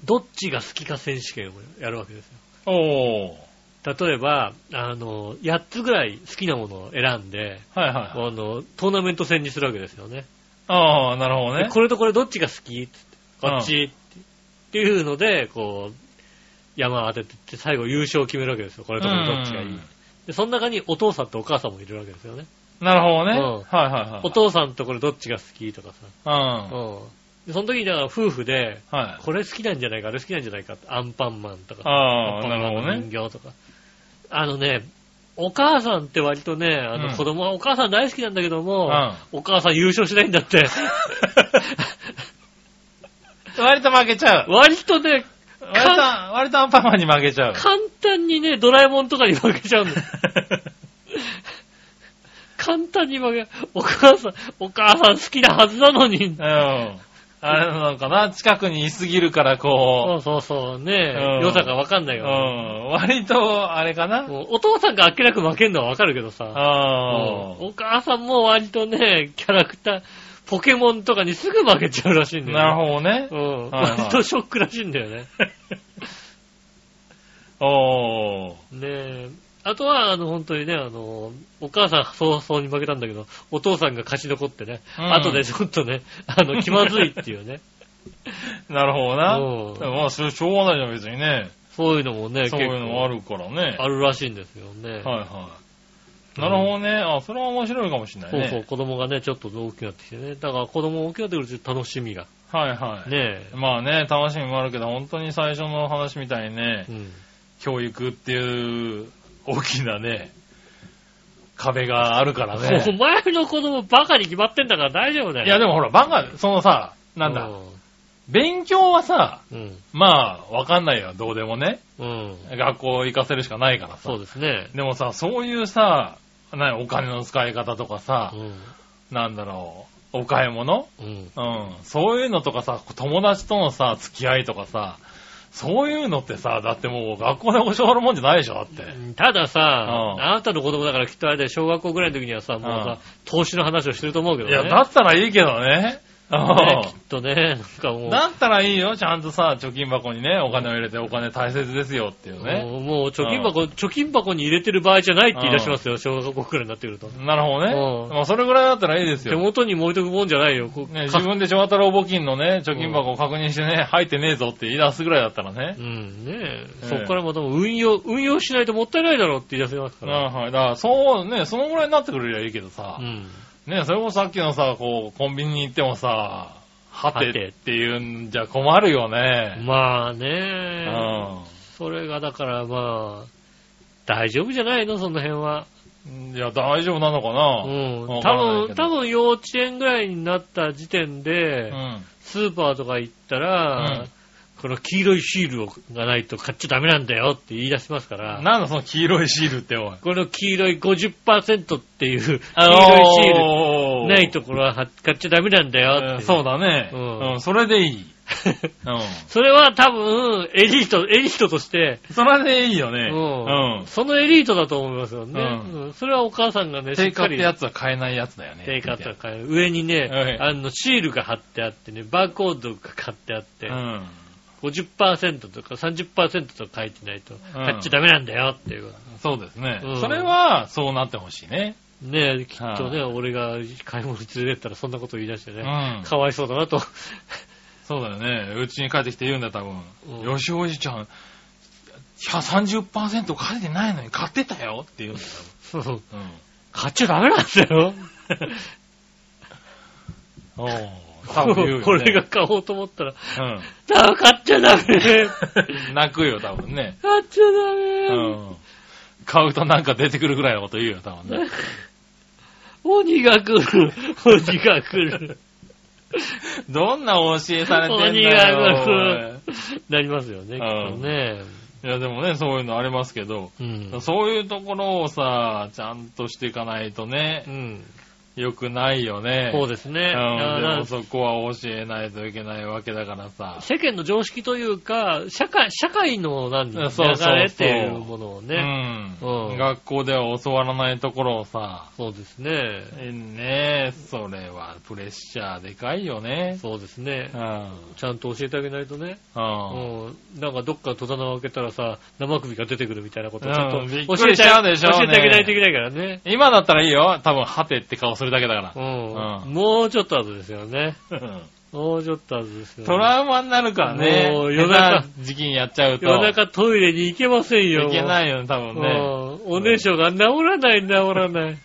B: どっちが好きか選手権をやるわけですよ。
C: おう。
B: 例えば、あの、8つぐらい好きなものを選んで、
C: はいはい。
B: あの、トーナメント戦にするわけですよね。
C: ああ、なるほど
B: で
C: ね。
B: これとこれどっちが好きつってこっち、っていうので、こう、山当ててって最後優勝を決めるわけですよ。これとこれどっちがいい。で、その中にお父さんとお母さんもいるわけですよね。
C: なるほどね。
B: うん
C: はいはいはい。
B: お父さんとこれどっちが好きとかさ。
C: うん。は
B: うん。で、その時にだから夫婦で、
C: い。あ
B: これ好きなんじゃないか、あれ好きなんじゃないかってアンパンマンとか、アン
C: あー、
B: パ
C: な
B: ンマン
C: るほ
B: の
C: どね。
B: 人形とか。あのね、お母さんって割とね、あ
C: う
B: の
C: ん
B: 子供はお母さん大好きなんだけども、
C: う
B: お母さん優勝しないんだって。
C: 割と負けちゃう。
B: 割とね、
C: 割と、割とアンパンマンに負 けちゃう。
B: 簡単にね、ドラえもんとかに負けちゃうん だよ。簡単に負け、お母さん、お母さん好きなはずなのに
C: う。ん。あれなのかな近くにいすぎるから
B: そ
C: こ
B: うそうそう、ね
C: うん、
B: 良さがわかんないう
C: う
B: よね、。
C: ん割と、あれかな
B: もうお父さんが明らかに負けるのはわかるけどさ、
C: あ
B: うんお母さんも割とね、キャラクター、ポケモンとかにすぐ負けちゃうらしいん
C: あ。
B: だよ、ね。
C: なるほどね。
B: うん。
C: はいはい
B: 割とショックらしいんだよ ね。
C: おー。
B: ねえ。あとは、あの、本当にね、あの、お母さん早々に負けたんだけど、お父さんが勝ち残ってね、
C: うん
B: 後でちょっとね、あの、気まずいっていうね。
C: なるほど な。
B: うん
C: でもまあ、それしょうがないじゃん、別にね。
B: そういうのもね、
C: そういうのもあ
B: 結
C: るからね
B: 構。あるらしいんですよね。
C: はいはい。なるほどね。あ、それは面白いかもしれない
B: そう
C: ね。
B: そう、子供がね、ちょっと大きくなってきてね。だから子供が大きくなってくると楽しみが。
C: はいはい。
B: ねえ。
C: まあね、楽しみもあるけど、本当に最初の話みたいにね
B: う、ん。
C: 教育っていう大きなね、壁があるからね。
B: お前の子供バカに決まってんだから大丈夫だよ。
C: いやでもほら、バカ、そのさ、なん
B: う
C: だ、勉強はさ、
B: うん。
C: まあ、わかんないよ、どうでもね。
B: うん。
C: 学校行かせるしかないから
B: そ
C: さ
B: う。ですね。
C: でもさ、そういうさ、なお金の使い方とかさ
B: う、ん。
C: なんだろう、お買い物
B: うん。
C: うん。そういうのとかさ、友達とのさ、付き合いとかさ、そういうのってさ、だってもう学校で教わるもんじゃないでしょ、だって。
B: たださ、
C: うん
B: あなたの子供だからきっとあれで小学校ぐらいの時にはさ、もうさ、投資の話をしてると思うけど
C: い
B: ね。
C: や、だったらいいけどね。
B: ね
C: う
B: きっとね、なんかも
C: ん
B: う、
C: だったらいいよ、ちゃんとさ、貯金箱にね、お金を入れてお金大切ですよっていうね。
B: もうもう貯金箱、貯金箱に入れてる場合じゃないって言い出しますよ、小学校くらいになってくると。
C: なるほど
B: うん
C: ね。まあ、それぐらいだったらいいです
B: 手
C: よ。
B: 元に置いとくもんじゃないよ。こう
C: ね、
B: か
C: 自分で小当たり募金のね、貯金箱を確認してね、入ってねえぞって言い出すぐらいだったらね
B: う。ん、ねえ
C: ええ
B: そこからまたもう運用、運用しないともったいないだろうって言い出せます
C: う
B: か
C: ん、
B: ら。
C: はい。だから、そうね、そのぐらいになってくれりゃいいけどさ
B: う、ん。
C: ね、それもさっきのさ、こう、コンビニに行ってもさ、は
B: はて
C: てっていうんじゃ困るよね。
B: まあ
C: う
B: ね、
C: ん。
B: それがだからまあ、大丈夫じゃないのその辺は。
C: いや、大丈夫なのか
B: う
C: な。
B: ん。多
C: わからないけ
B: 分、
C: ど
B: 多分幼稚園ぐらいになった時点で、
C: うん。
B: スーパーとか行ったら、
C: うん
B: この黄色いシールがないと買っちゃダメなんだよって言い出しますから、
C: なんだその黄色いシールっておい。
B: この黄色い50%っていう黄色いシー
C: ー
B: ルないところはは買っちゃダメなんだよ
C: う
B: っ
C: ん
B: て。
C: そうだね。
B: うん
C: うん。それでいい。う
B: それは多分、エリート、エリートとして、
C: ん。それでいいよね。
B: うん
C: うん。
B: そのエリートだと思いますよね。
C: うん
B: うんそれはお母さんがね、し
C: 定
B: っ
C: 価
B: か
C: っ
B: り
C: て。やつは買えないやつだよね。
B: 定価とか、上にね、
C: うん
B: あの、シールが貼ってあってね、バーコードが貼ってあって、
C: うん。
B: 50%とか30%とか書いてないと、買っちゃダメなんだよっていう。
C: そうですね
B: うん。
C: それは、そうなってほしいね。
B: ねえ、きっとね、俺が買い物に連れてったらそんなこと言い出して
C: う
B: ね、
C: ん。
B: かわいそうだなと。
C: そうだよね。うちに帰ってきて言うんだよ、多分。
B: うん
C: よしおじちゃん、130%書いてないのに買ってたよって言うんだよ、
B: そう
C: 多分。
B: 買っちゃダメなんだよ。
C: うん。おー多分言うよ、ね。
B: これが。買おうと思ったら、
C: うん。
B: だ買っちゃダメ。買っちゃ
C: 泣くよ、多分ね。
B: ダ
C: う
B: メ。
C: ん。買うとなんか出てくるぐらいのこと言う よ、多分ね。
B: 鬼が来る。鬼が来る。
C: どんな教えされてんだよ。おい
B: なりますよね、きっとね。
C: いや、でもね、そういうのありますけど、
B: うん。
C: そういうところをさ、ちゃんとしていかないと
B: う
C: ね、
B: ん。
C: 良くないよね。
B: そうですね。
C: う
B: いや
C: ん、で
B: な
C: もそこは教えないといけないわけだからさ。
B: 世間の常識というか、社会、社会の何、流
C: そうそうそう
B: れっていうものをね。
C: うん
B: うん
C: 学校では教わらないところをさ、
B: そうですね。
C: えねえ、それはプレッシャーでかいよね。
B: そうですね
C: う。ん。
B: ちゃんと教えてあげないとね。
C: うん。
B: うん。なんかどっか戸棚を開けたらさ、生首が出てくるみたいなことをちゃん
C: うんびっ
B: と
C: く
B: 教え
C: りしてちゃ
B: あ
C: う
B: げ
C: でしょうね
B: 教えてあげないといけないからね。
C: 今だったらいいよ。多分、はてって顔するだけだか
B: う。
C: うん
B: もうちょっと後ですよね。
C: ら。
B: もうちょっと後ですよね。
C: トラウマになるからね。
B: もう夜中
C: 下手な時期にやっちゃうと。
B: 夜中トイレに行けませんよ。
C: いけないよね、多分ね。
B: うんおねしょが治らない、治らない。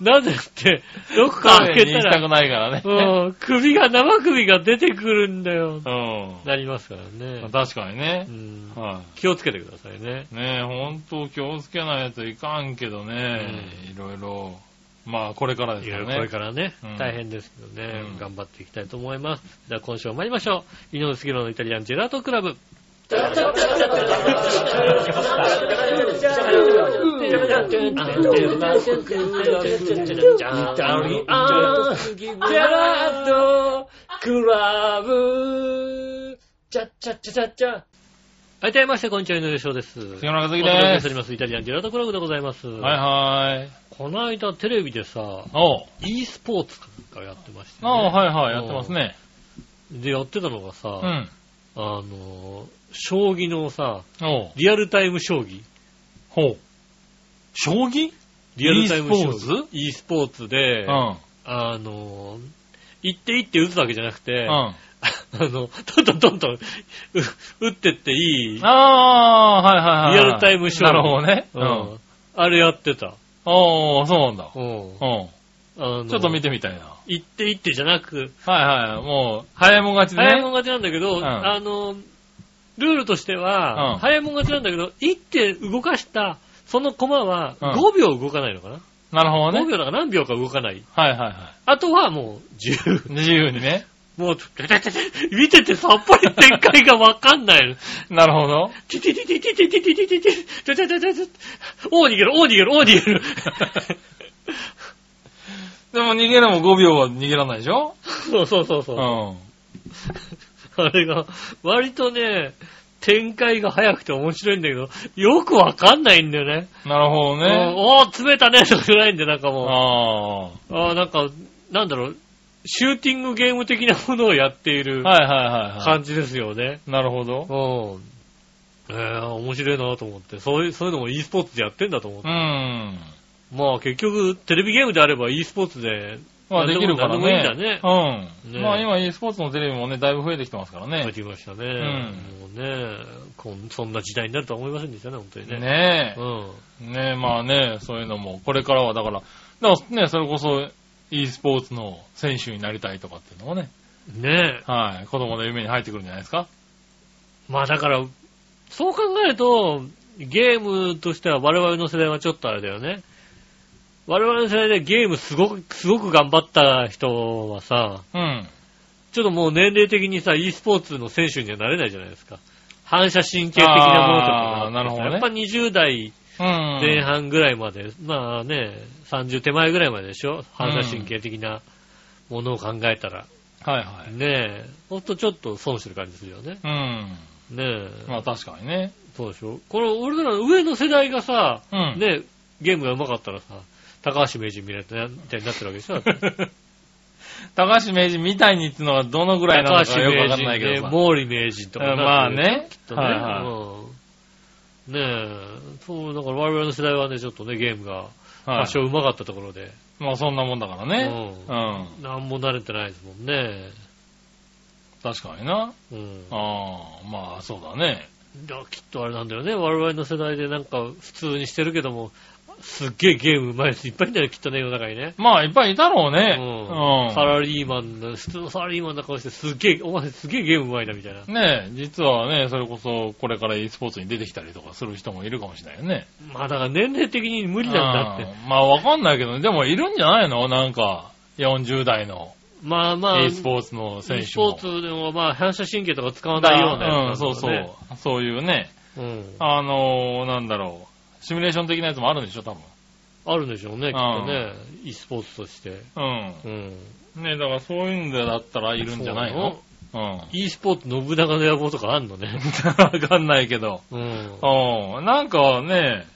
B: なぜって、どこか開けた
C: 行きたく
B: ら、
C: ないからね。
B: うん、首が、生首が出てくるんだよ。
C: う
B: なりますから
C: ん。
B: ね。
C: 確かにね
B: う。ん
C: は
B: 気をつけてくださいね。
C: い。ねえ、ほんと気をつけないといかんけどね。いろいろ。まあ、これからです
B: い
C: よ
B: ろい
C: ね。
B: ろこれからね
C: うん、
B: 大変ですけどね
C: うん、
B: 頑張っていきたいと思います。では今週も参りましょう。井上杉郎のイタリアンジェラートクラブ。はい、どうもまして、こんにちは、井上翔です。
C: 杉村和
B: お
C: 樹
B: 届け
C: で
B: しており
C: す。
B: ます、イタリアンジェラートクラブでございます。
C: はいはい。
B: この間テレビでさ、
C: おう。
B: e スポーツとかやってました
C: ああ、
B: ね。
C: はいはい、やってますね。
B: で、やってたのがさ、
C: うん。
B: あの、将棋のさ、
C: おう。
B: リアルタイム将棋。
C: ほう。将棋
B: リアルタイム将
C: e スポー
B: 棋。e スポーツで、
C: うん。
B: あの、一手一手打つだけじゃなくて、 あ
C: うん。
B: の、どんどんどんどんう打ってっていい、
C: ああ、はいはいはい。
B: リアルタイム将棋
C: なるほどね。
B: う
C: うんん。
B: あれやってた。
C: おー、そうなんだ。
B: うん
C: うん。
B: あの
C: ちょっと見てみたいな。
B: 一手一手じゃなく、
C: はいはい。もう、早いもん勝ちね。
B: 早いもん勝ちなんだけど、
C: うん
B: あの、ルールとしては、
C: うん
B: 早いもん勝ちなんだけど、一手動かした、その駒は
C: うん
B: 5秒動かないのかな、
C: なるほど
B: ?5
C: ね。
B: 秒だから何秒か動かない。
C: はいはいは
B: あとはもう自由。
C: い。自由にね。
B: もう、てててて見ててさっぱり展開がわかんない。
C: なるほど。
B: ててててててててててててててててておー逃げる、おー逃げる、おー逃げる。
C: でも逃げるも5秒は逃げらないでしょ
B: そうそうそうそうう。
C: ん。
B: あれが、割とね、展開が早くて面白いんだけど、よくわかんないんだよね。
C: なるほど
B: うん
C: ね。
B: おー、詰めたねとか じゃないんで、なんかも
C: ああ。
B: う、あーなんか、なんだろう、シューティングゲーム的なものをやっている
C: はいはいはいは
B: 感じですよね。
C: い。なるほど。
B: うん。えー、面白いなと思って。そういう、そういうのも e スポーツでやってんだと思っ
C: う
B: て。
C: ん。
B: まあ結局、テレビゲームであれば e スポーツで
C: まあできるからね。
B: なんでいいんだね
C: うん。
B: ね
C: まあ今 e スポーツのテレビもね、だいぶ増えてきてますから
B: やっ
C: ね。
B: てきましたね。
C: う
B: もうねこん、そんな時代になるとは思いませんでしたね、本当にね。
C: ね
B: うん。
C: え。ねえ、まあね、そういうのも、これからはだから、だからね、それこそ e スポーツの選手になりたいとかっていうのもね、
B: ねえ。
C: はい、子供の夢に入ってくるんじゃないですか。
B: まあだから、そう考えると、ゲームとしては我々の世代はちょっとあれだよね。我々の世代でゲームすごく、すごく頑張った人はさ、
C: うん。
B: ちょっともう年齢的にさ、e スポーツの選手にはなれないじゃないですか。反射神経的なものとかがあってさ
C: あーなるほどね
B: やっぱ20代
C: うん。
B: 前半ぐらいまで、まあね、30手前ぐらいまででしょ反射神経的なものを考えたら。
C: はいはい。
B: ねえ、ほんとちょっと損してる感じするよね。
C: うん。
B: ねえ、
C: まあ確かにね。
B: そうでしょこれ、俺らの上の世代がさ、
C: うん。
B: ねえ、ゲームが上手かったらさ、高橋名人みたいなみたいになってるわけで しょだって
C: 高橋名人みたいにってのはどのぐらいなの
B: 高
C: か
B: 橋
C: よく
B: 名
C: わかんない
B: 人
C: け
B: で、
C: どさ。
B: 毛利名人とか
C: う
B: に
C: んま
B: な
C: あ
B: ってるよ
C: ね
B: きっ。とね。
C: はいは
B: うんねえ、そう、だから我々の世代はね、ちょっとね、ゲームが
C: い。は
B: 多少
C: い。
B: うまかったところで、
C: まあそんなもんだからね。
B: う
C: うん。
B: なんも慣れてないですもんね。
C: 確かにな。
B: うん。
C: ああ、まあそうだね。
B: だからきっとあれなんだよね、我々の世代でなんか普通にしてるけども、すっげえゲームうまいやついっぱいいんだよ、きっとね、世の中にね。
C: まあいっぱいいたろうね。
B: うんサ
C: う
B: ラリーマンの、普通のサラリーマンな顔して、すっげえ、お前すげえゲームうまいな、みたいな。
C: ん。ねえ、実はね、それこそこれから e スポーツに出てきたりとかする人もいるかもしれないよね。
B: まあだから年齢的に無理なんだって。
C: うんまあわかんないけどね、でもいるんじゃないのなんか、40代の。
B: まあまあ、
C: e スポーツの選
B: e ス
C: 手
B: ポ
C: も
B: ー。ツでもまあ、反射神経とか使わ
C: だ
B: ないようなやつ、
C: うん、そうそう。。そういうね、
B: うん。
C: あのー、なんだろう、シミュレーション的なやつもあるんでしょ、多分。
B: あるんでしょうね、きっとね。e スポーツとして。
C: う
B: うん。
C: ん。ねだからそういうんだったらいるんじゃないのうん。
B: e スポーツ信長の野望とかあんのね。
C: わかん ないけど。
B: うん。
C: うん。なんかね、だか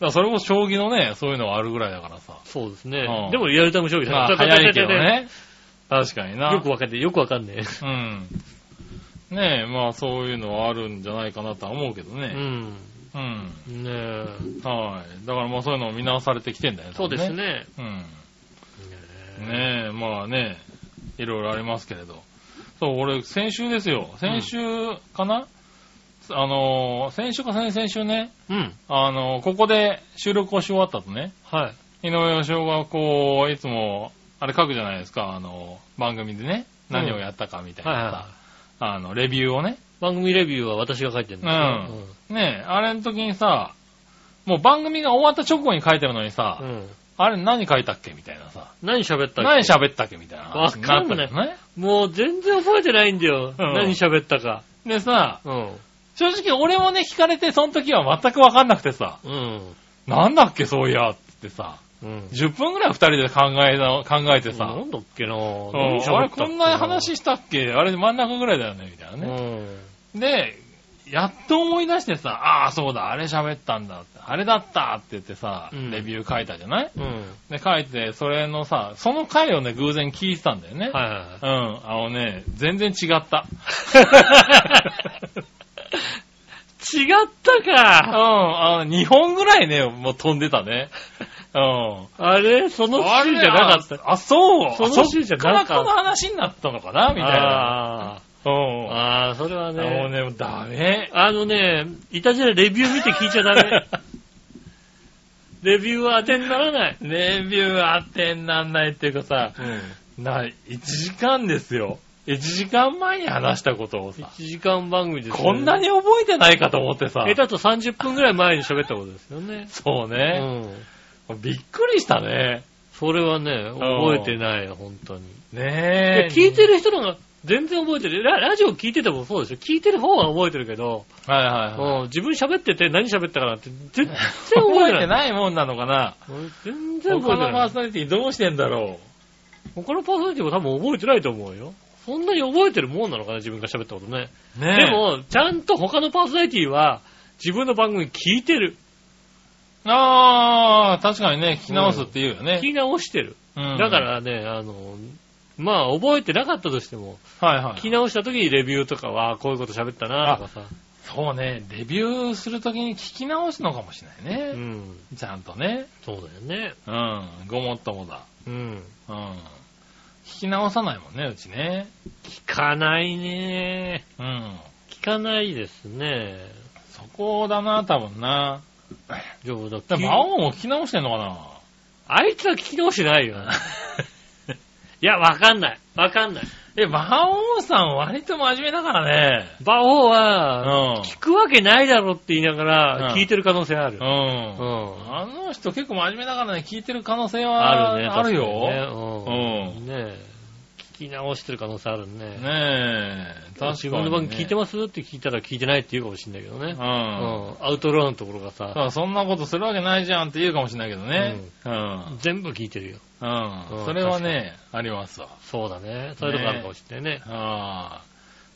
C: らそれも将棋のね、そういうのがあるぐらいだからさ。
B: そうです
C: う
B: ね
C: ん。
B: でもリアルタイム将棋だ
C: まあ、
B: から
C: 早いけど。ね。確かにな。
B: よくわかんない。よくわかんね
C: うん。ねえ、まあそういうのはあるんじゃないかなとは思うけど
B: え。う
C: ね。
B: ん。
C: うん。
B: ねえ。
C: はい。だからまあそういうのを見直されてきてんだよね。
B: そうです
C: 多
B: ね。
C: 分ね。う
B: ね
C: ん。ねえ、まあね、いろいろありますけれど。そう、俺、先週ですよ。先週かな、あのー、先週か先々週ね、
B: え。うん。
C: あのー、ここで収録をし終わったとね、
B: はい。
C: 井上芳雄がこう、いつも、あれ書くじゃないですか、あのー、番組でね、何をやったかみたいな
B: はい
C: さ
B: は、
C: あの、レビューをね、
B: い。番組レビューは私が書いてるんですよ。
C: ねえ、あれの時にさ、もう番組が終わった直後に書いてるのにさ、
B: うん。うん。
C: あれ何書いたっけみたいなさ、
B: 何喋ったっけ
C: 何喋ったっけみたいな話になった
B: わ
C: よ
B: か
C: ね。
B: もう全然覚えてないんだよ。
C: うん
B: 何喋ったか。
C: でさ、
B: うん。
C: 正直俺もね、聞かれて、その時は全くわかんなくてさ、
B: うん。
C: なんだっけそういや、ってさ、
B: うん。
C: 10分ぐらい二人で考えな、考えてさ、
B: なんだっけな
C: う
B: ぁ。
C: ん
B: 何喋ったっけ
C: あれこんな話したっけあれ真ん中ぐらいだよねみたいな
B: う
C: ね。
B: ん。
C: で、やっと思い出してさ、ああ、そうだ、あれ喋ったんだ、あれだったって言ってさ、
B: うん
C: レビュー書いたじゃない
B: うん。
C: で、書いて、それのさ、その回をね、偶然聞いてたんだよね。
B: はいはいはい。
C: うん、あのね、全然違った。
B: 違った
C: うん、
B: か
C: あの、2本ぐらいね、もう飛んでたね。うん。
B: あれその
C: あ
B: 週
C: れ
B: じゃなかった。。
C: あ、そう。
B: その週じゃなかった
C: そっからこの話になったのかなみたいな。
B: あ
C: う
B: ー
C: ん。あ
B: あー、それは
C: のね、もう
B: ね。
C: ね、ダメ。
B: あのね、いたじらレビュー見て聞いちゃ ダメ。レビューは当てにならない。
C: レビュー当てになんないっていうかさ、
B: う
C: ない、1時間ですよ。1時間前に話したことをさ、
B: 1時間番組ですね
C: こんなに覚えてないかと思ってさ。
B: 下手だと30分ぐらい前に喋ったことですよね。
C: そう
B: う
C: ね。
B: ん。
C: びっくりしたね。
B: それはね、覚えてない、本当に。
C: ね
B: で
C: え。
B: 聞いてる人のが全然覚えてる。ララジオ聞いててもそうでしょ。聞いてる方は覚えてるけど、
C: はいはいはい。
B: うん自分喋ってて何喋ったかなんて全然覚
C: 覚
B: え
C: え
B: て
C: て
B: ない。
C: ないもんなのかな
B: 俺全然覚
C: 他
B: えて
C: のパ
B: な
C: ー
B: い。
C: ソナリティどうしてんだろ
B: 他のパーソナリティも多分覚えてないと思うよ。そんなに覚えてるもんなのかな、自分が喋ったことね。
C: う。ねえ。
B: で、も、ちゃんと他のパーソナリティは自分の番組聞いてる。
C: ああ、確かにね、聞き直すって言うよね
B: 聞。き直してる。
C: うん
B: だか、らね、あの、まあ、覚えてなかったとしても、
C: はいは
B: 聞き
C: い。
B: 直した時にレビューとかは、こういうこと喋ったな、とかさ。
C: そうね、レビューするときに聞き直すのかもしれな
B: う
C: いね。
B: ん。
C: ちゃんとね。
B: そうだよね。
C: うん、ごもっともだ。
B: うん。
C: うん。聞き直さないもんね、うちね。
B: 聞かないね。
C: うん。
B: 聞かないですね。
C: そこだな、多分な。
B: でもだっ
C: で
B: て
C: も、魔王も聞き直してんのかな
B: あいつは聞き直しないよな。 いや、わかんない。わかんない。
C: え、魔王さん割と真面目だからね。
B: 馬王は、
C: うん。
B: 聞くわけないだろって言いなが
C: う
B: ら、
C: ん
B: 聞いてる可能性ある。
C: う。
B: うんん。
C: あの人結構真面目だからね、聞いてる可能性は
B: あるね。
C: あるよ。
B: 確かにね
C: う
B: うん。ねえ。聞き直してる可能性あるね。
C: ねえ、確かに、ね。
B: 自分の番組聞いて
C: も
B: ますって聞いたら聞いてないって言うかもしれないけどね。う
C: うん。
B: ん。アウトローのところがさ、
C: そうそんなことするわけないじゃんって言うかもしれないけどね。うん。
B: 全部聞いてるよ。
C: うん。
B: うん
C: それはね、ありますわ。
B: そうだね。そういうとこあるかもしれないね。
C: あ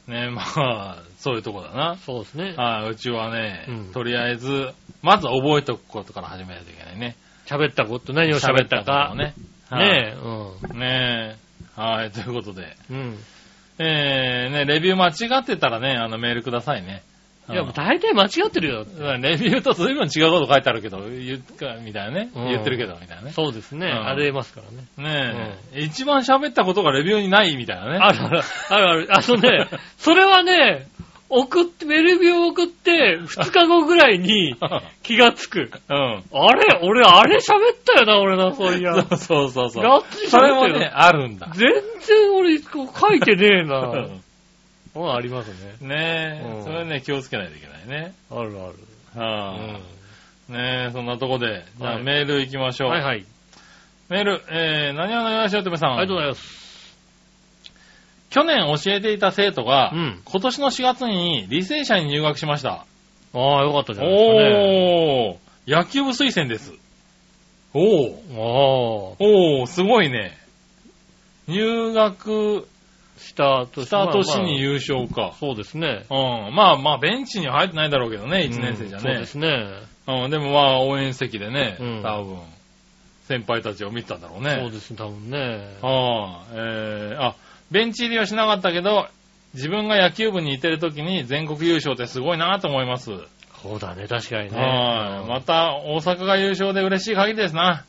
C: あ。ねえ、まあ、そういうとこだな。
B: そうですね。
C: ああ、うちはね、
B: うん
C: とりあえず、まずは覚えておくことから始めないといけないね。
B: 喋ったこと、何を喋った
C: こと
B: か
C: を。ね。
B: ねえ、
C: え。ねえ。はい、ということで。
B: うん。うん。
C: えー、ね、レビュー間違ってたらね、あの、メールくださいね。
B: いや、
C: うん
B: もう大体間違ってるよ。
C: レビューと随分違うこと書いてあるけど、言うか、みたいなね。
B: うん
C: 言ってるけど、みたいなね。
B: そうですね。
C: うん
B: ありえますからね。
C: ねえ、一番喋ったことがレビューにないみたいなね。
B: あるある。あるある。あの ね、それはね、送って、メルビューを送って、2日後ぐらい に気がつく。
C: うん。
B: あれ俺、あれ喋ったよな、俺な、そういや。
C: そうそうそう
B: が
C: そ
B: っつり
C: う。
B: 喋
C: そ
B: った
C: れ
B: よ
C: もね、あるんだ。
B: 全然俺、こう書いてねえ
C: う
B: な。
C: ん
B: うん、ありますね。
C: ね
B: う
C: え、
B: ん
C: それはね、気をつけないといけないね。
B: あるある。
C: はあねえ、そんなとこで、じゃあ
B: はい
C: メール行きまし
B: う
C: ょ
B: ん。
C: う。
B: はいはい。
C: メール、えー、何話のよしおとめさん。
B: ありがとうござい
C: ま
B: ます。
C: す。去年教えていた生徒が、
B: うん
C: 今年の4月に履正社に入学しました。
B: ああ、よかったじゃないですかね。
C: おー、野球部推薦です。
B: おお。あ
C: おー、すごいね。入学
B: あ。した年
C: した年に
B: う。
C: 優勝か。
B: そうですね。
C: うん。まあまあ、ベンチには入ってないだろうけどね、1年生じゃ
B: うんそう
C: ね
B: で。すね。
C: うん、でもまあ、応援席でね、
B: うん
C: 多分、先輩たちを見てたんだろうね。
B: そうですね、多分ね。
C: ああ、えー、あ、ベンチ入りはしなかったけど、自分が野球部にいてる時に全国優勝ってすごいなと思います。
B: そうだね、確かにね。
C: はい。また、大阪が優勝で嬉しい限りですな。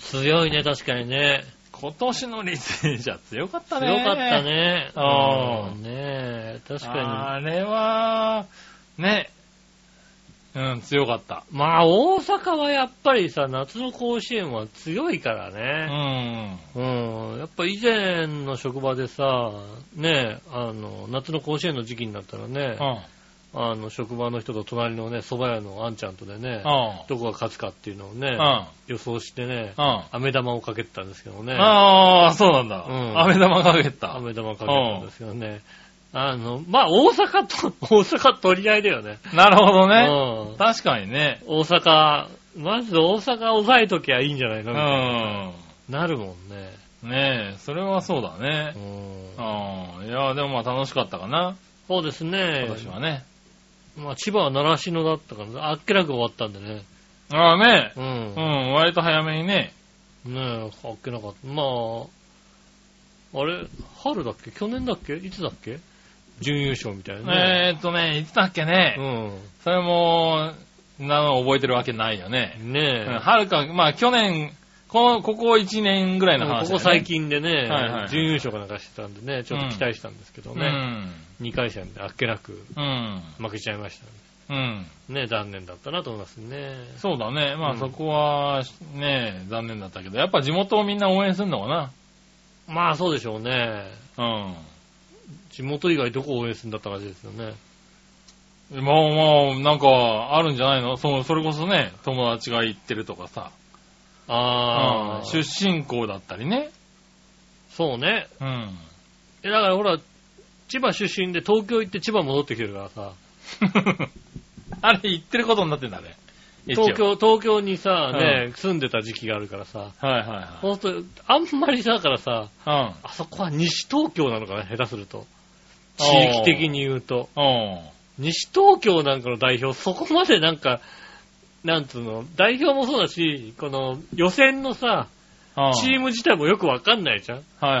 B: 強いね、確かにね。
C: 今年の履正社強かった
B: 強
C: ね。
B: かった。ね。
C: ああ
B: うんねえ、確か
C: あれは、ね。うん、強かった。
B: に。まあ、大阪はやっぱりさ、夏の甲子園は強いから
C: う
B: ね。
C: ん。
B: うん。やっぱ以前の職場でさ、ねえ、あの、夏の甲子園の時期になったらね、
C: うん。
B: あの、職場の人と隣のね、蕎麦屋のあんちゃんとでね、
C: うん。
B: どこが勝つかっていうのを
C: う
B: ね、
C: ん。
B: 予想してね、
C: うん。
B: 飴玉をかけてたんですけどね。
C: ああ、そうなんだ。
B: うん
C: 飴玉かけた。
B: 飴玉かけたんですよね。あの、まあ、大阪と、 大阪取り合いだよね。
C: なるほどね。
B: うん
C: 確かにね。
B: 大阪、まず大阪を抑えときゃいいんじゃないの
C: う
B: みたいな、
C: ん。
B: なるもんね。
C: ねえ、それはそうだね
B: う。ん
C: ああ、いや、でもまあ楽しかったかな。
B: そうですね。
C: 今年はね。
B: まあ、千葉は習志野だったから、あっけなく終わったんでね。
C: ああね、
B: う。
C: うんん、割と早めにね。
B: ねえ、あっけなかった。まあ、あれ、春だっけ去年だっけいつだっけ準優勝みたいなね。
C: えーっとね、いつだっけね。それも、なの覚えてるわけないよね
B: う。ん。ねえ。
C: はるか、まあ去年、この、ここ1年ぐらいの話だよね。
B: ここ最近でね、
C: はいはい
B: 準優勝かなんかしてたんでね、ちょっと期待したんですけどね、2回戦であっけなく
C: うん。うん。
B: 負けちゃいました
C: うん。
B: ね。ね残念だったなと思いますね。
C: そうだね。
B: う
C: まあ
B: ん
C: そこは、ね、残念だったけど、やっぱ地元をみんな応援するのか
B: まあそうでしょうね。
C: な。
B: 地元以外どこを応援するんだった感じですよね。
C: うん。まあまあ、なんか、あるんじゃないのそう、それこそね、友達が行ってるとかさ。
B: ああ、
C: 出身校だったりね。
B: そうね。
C: うん。
B: え、だからほら、千葉出身で東京行って千葉戻ってきてるからさ、
C: あれ、言ってることになってんだね。一応
B: 東。京、東京にさ、ね、住んでた時期があるからさ、
C: はいはい
B: ほんと、あんまりだからさ、
C: はい。
B: あそこは西東京なのかな、下手すると。地域的に言うと。
C: うん。うん。
B: 西東京なんかの代表、そこまでなんか、なんつうの、代表もそうだし、この予選のさ、チー
C: ム。
B: ム自体もよくわかんないじゃん。
C: は
B: う
C: いはい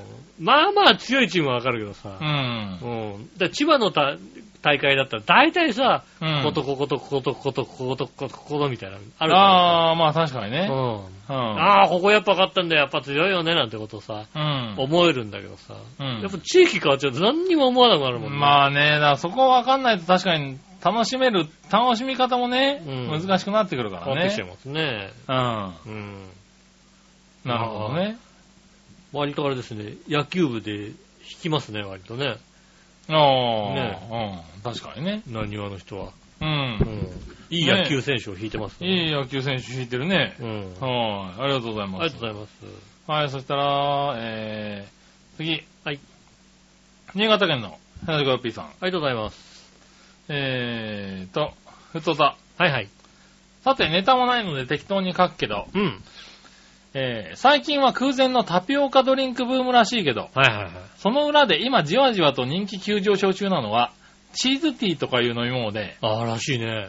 B: んまあまあ強いチームはわかるけどさ
C: い。う。ん。
B: うんで千葉のた大会だったら大体さ、
C: うん
B: ことこことこことこことこことこことこことみたいなのあるか
C: ああ、まあ確かに
B: らさ。
C: ね。
B: うん
C: うん。
B: ああ、ここやっぱ勝ったんだよ、やっぱ強いよね、なんてことさ、
C: うん。
B: 思えるんだけどさ。
C: うん
B: やっぱ地域変わっちゃうと何にも思わなくなるもんね。
C: まあね、だからそこわかんないと確かに楽しめる、楽しみ方もね、
B: うん
C: 難しくなってくるか
B: 変わっ
C: ら
B: てきちゃい
C: ね。
B: ますね。
C: うん。な
B: うん。
C: るほどね。
B: 割とあれですね、野球部で引きますね、割とね。
C: ああ、うん。確かにね。
B: 何話の人は。
C: う。
B: うんん。いい野球選手を引いてます
C: いい
B: ね。
C: 野球選手引いてるね。
B: うん。あ
C: はい。ありがとうござい
B: り
C: ます。
B: がとうございます。
C: はい、そしたら、えー、次。
B: はい。
C: 新潟県の、花塚よっぴーさん。
B: ありがとうございます。
C: えーと、ふとた。
B: はいはい。
C: さて、ネタもないので適当に書くけど、
B: うん。
C: えー、最近は空前のタピオカドリンクブームらしいけど、
B: はいはいはい。
C: その裏で今じわじわと人気急上昇中なのは、チーズティーとかいう飲み物で、
B: ああ、らしいね。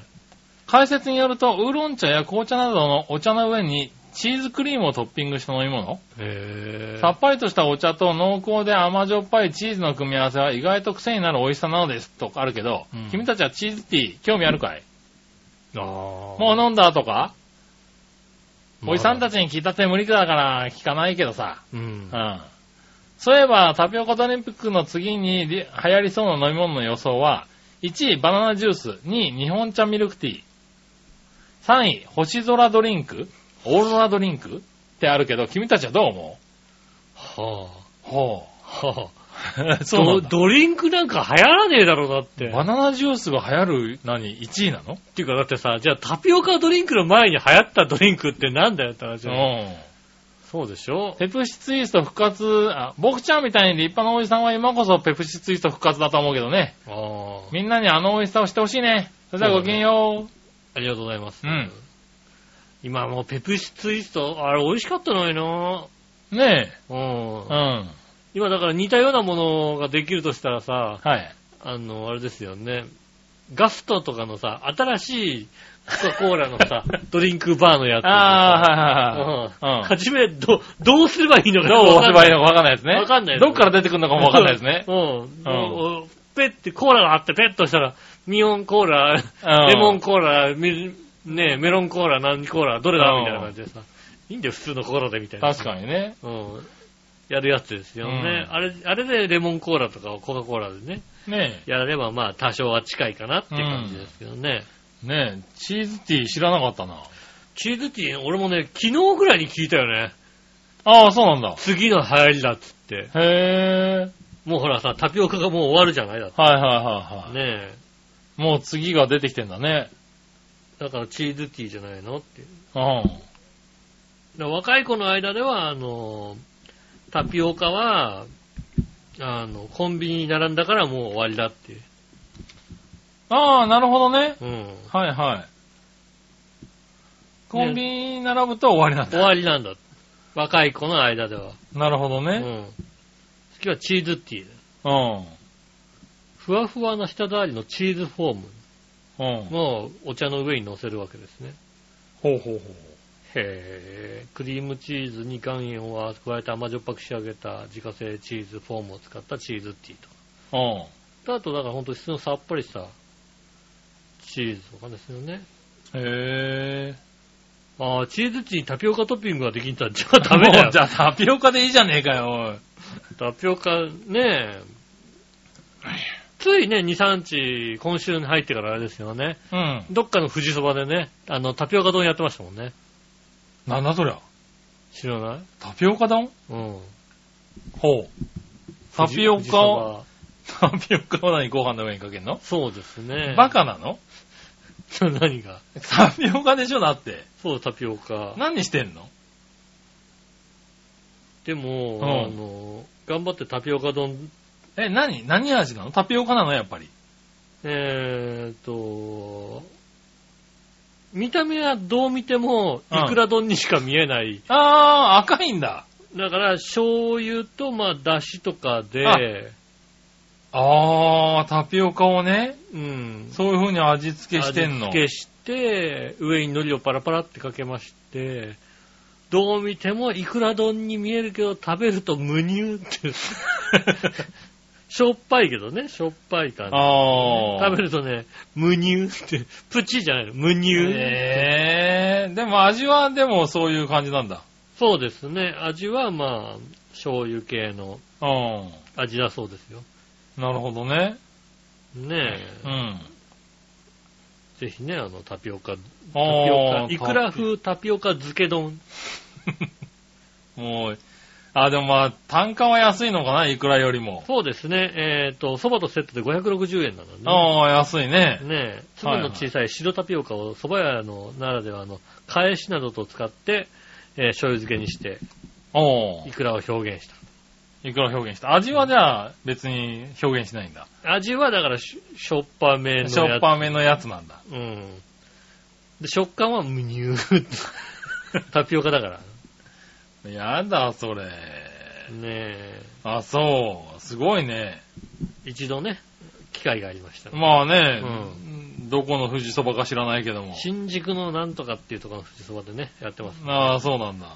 C: 解説によると、ウーロン茶や紅茶などのお茶の上に、チーズクリームをトッピングした飲み物
B: へえ。
C: さっぱりとしたお茶と濃厚で甘じょっぱいチーズの組み合わせは意外と癖になる美味しさなのですとあるけど、
B: うん
C: 君たちはチーズティー興味あるかい、
B: ああ。も
C: もう飲んだとか、
B: う
C: おじさんた
B: ち。
C: ちに聞いたって無理だから聞かないけどさ。
B: うん
C: う。ん。そういえばタピオカドリンピックの次にり流行りそうな飲み物の予想は、1位バナナジュース、2位日本茶ミルクティー、3位星空ドリンク、オーロラドリンクってあるけど、君たちはどう思う
B: は
C: ほ
B: あ。はあ。
C: う。 そうなん
B: ド
C: だ
B: ドリンクなんか流行らねえだろう、だって。
C: バ
B: っ
C: ナナジュースが流行る、何 ?1 位なの
B: ていうか、だってさ、じゃあタピオカドリンクの前に流行ったドリンクってなんだよって話じゃん。
C: う
B: そうでしょ
C: ペプシツイスト復活、あ、僕ちゃんみたいに立派なおじさんは今こそペプシツイスト復活だと思うけどね。
B: ああ。
C: みんなにあのおいしさをしてほしいね。それではごきげんよう。
B: ありがとうございます。
C: うん
B: 今もうペプシツイスト、あれ美味しかったのにな
C: ね
B: う
C: え。
B: ん
C: うん。。は
B: 今だから似たようなものができるとしたらさ、
C: い。
B: あの、あれですよね。ガストとかのさ、新しいコカ・コーラの さ、ドリンクバーのやつ。
C: ああ、はいはいはい。うん
B: はじめ、ど、どうすればいいのか
C: どう押せばいいのかわかんないですね。
B: わかんないですね。
C: どっから出てくるのかもわかんないですね
B: うん。うん。ペッて、コーラがあってペッとしたら、ミオンコーラ、
C: うん
B: レモンコーラ、みねメロンコーラ、何コーラ、どれだみたいな感じでさ。いいんだよ、普通のコーラでみたいな。
C: 確かにね。
B: に。うん。やるやつですよね。
C: うん
B: あれ、あれでレモンコーラとかをコカ・コーラでね、
C: ね
B: やればまあ多少は近いかなっていう感じですけどね。
C: え。ねえ。チーズティー知らなかったな。
B: チーズティー、俺もね、昨日ぐらいに聞いたよね。
C: ああ、そうなんだ。
B: 次の流行りだっつって。
C: へえ。
B: もうほらさ、タピオカがもう終わるじゃないだっ
C: はいはいはいは
B: て。ね
C: い。もう次が出てきてんだね。
B: え。だからチーズティーじゃないのっていう。
C: うん。
B: だから若い子の間では、あの、タピオカは、あの、コンビニに並んだからもう終わりだっていう。
C: ああ、なるほどね。
B: うん。
C: はいはい。コンビニに並ぶと終わりなん
B: 終
C: だ。
B: わりなんだ。若い子の間では。
C: なるほど
B: う
C: ね。
B: ん。次はチーズティーだ。
C: うん。
B: ふわふわな舌触りのチーズフォーム
C: うん。
B: のお茶の上に乗せるわけですね。
C: ほうほうほう。
B: へークリームチーズに岩塩を加えて甘じょっぱく仕上げた自家製チーズフォームを使ったチーズティー
C: うん。
B: と。あと、だから本当に普通のさっぱりしたチーズとかですよね。
C: へえ。
B: ああ、チーズティーにタピオカトッピングができんだ。じゃあダメだ
C: も
B: よ。
C: うじゃあタピオカでいいじゃねえかよ、
B: タピオカねえ。ついね、2、3日、今週に入ってからあれですよね。
C: おい。うん。
B: どっかの富士そばでね、あの、タピオカ丼やってましたもんね。
C: なんだそりゃ。
B: 知らない
C: タピオカ丼
B: うん。
C: ほう。タピオ
B: 富士
C: カを、
B: そば
C: タピオカを何ご飯の上にかけんの
B: そうですね。
C: バカなの
B: 何が
C: タピオカでしょだって。
B: そう、タピオカ。
C: 何してんの
B: でも、
C: うん
B: あの、頑張ってタピオカ丼、
C: え、何何味なのタピオカなのやっぱり。
B: えーっと、見た目はどう見ても、
C: うん
B: いくら丼にしか見えない。
C: あー、赤いんだ。
B: だから、醤油と、まあ、だしとかで、
C: あー、タピオカをね、
B: うん。
C: そういう風に味付けしてんの。
B: 味付けして、上に海苔をパラパラってかけまして、どう見てもいくら丼に見えるけど、食べると無乳 って。しょっぱいけどね、しょっぱい感じ。
C: あー。
B: 食べるとね、無乳って、プチじゃないの、無乳、
C: えー、でも味はでもそういう感じなんだ。
B: そうですね、味はまあ、醤油系の
C: うん。
B: 味だそうですよ。
C: なるほどね。
B: ねえ
C: う、ん。
B: ぜひね、あの、タピオカ、タピ
C: あ
B: オカ、
C: ー
B: いくら風タピオカ漬け丼。
C: もう、あ、でもまあ、単価は安いのかな、いくらよりも。
B: そうですね、えっ、と、蕎麦とセットで560円なのね。
C: ああ、安いね。
B: ねえ、粒の小さい白タピオカを蕎麦屋のならではの返しなどと使って、えー醤油漬けにして、
C: お
B: いくらを表現した。
C: いくら表現した。味はじゃあ、別に表現しないんだ。
B: 味はだからし、しょっぱめのやつ。
C: しょっぱめのやつなんだ。
B: うん。で、食感は無乳。 タピオカだから。
C: やだ、それ。
B: ねえ、
C: あ、そう。すごいね。
B: 一度ね、機会がありましたので。
C: まあね、
B: う
C: どこの富士そばか知らないけども。
B: 新宿のなんとかっていうところの富士そばでね、やってます。
C: ああ、そうなんだ。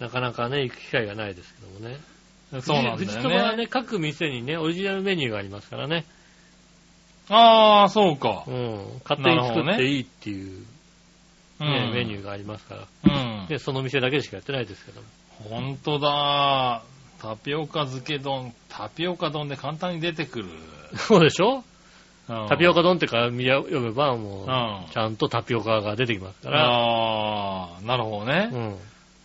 B: なかなかね、行く機会がないですけどもね。
C: そうなんだよ
B: 富
C: ね。
B: 士富士そばはね、各店にね、オリジナルメニューがありますからね。
C: ああ、そうか
B: う。ん。勝手に作
C: なるほ
B: っ
C: ど
B: て
C: ね
B: いいっていう、
C: う
B: ね
C: ん。
B: メニューがありますから。
C: うん。
B: で、その店だけでしかやってないですけども。
C: ほんとだ。タピオカ漬け丼、タピオカ丼で簡単に出てくる。
B: そうでしょタ
C: タ
B: ピオ
C: カ
B: カ丼ってか見や読めばもう、
C: うん。
B: ちゃんとタピオカが出てきますから。
C: ああ、なるほど
B: う
C: ね。
B: ん。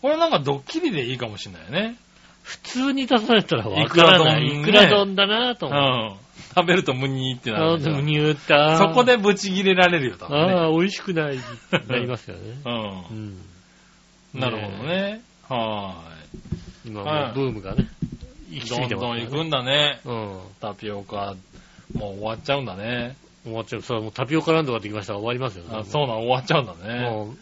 C: これなんかドッキリでいいかもしれないよね。
B: 普通に出されたらわからない。
C: い
B: い
C: く
B: く
C: ら
B: ら丼
C: 丼
B: だなと
C: う
B: 思う。
C: ん。食べるとムニーってな
B: あ
C: るじ
B: で
C: ゃん
B: もニューった。
C: そこ、でブチ切れられるよ、多分ね。。
B: ああ、美味しくないってなりますよね
C: う
B: うん。
C: ん。なるほどね。はーい。
B: 今もうブームがね、行き過
C: ど
B: ぎ
C: ん
B: てますか
C: どん
B: らね
C: 行くんだね。
B: うん。
C: タピオカ、もう終わっちゃうんだね。
B: 終わっちゃう。それはもうタピオカランドができましたら終わりますよ、
C: あそうなの、終わっちゃうんだ
B: う
C: ね。
B: も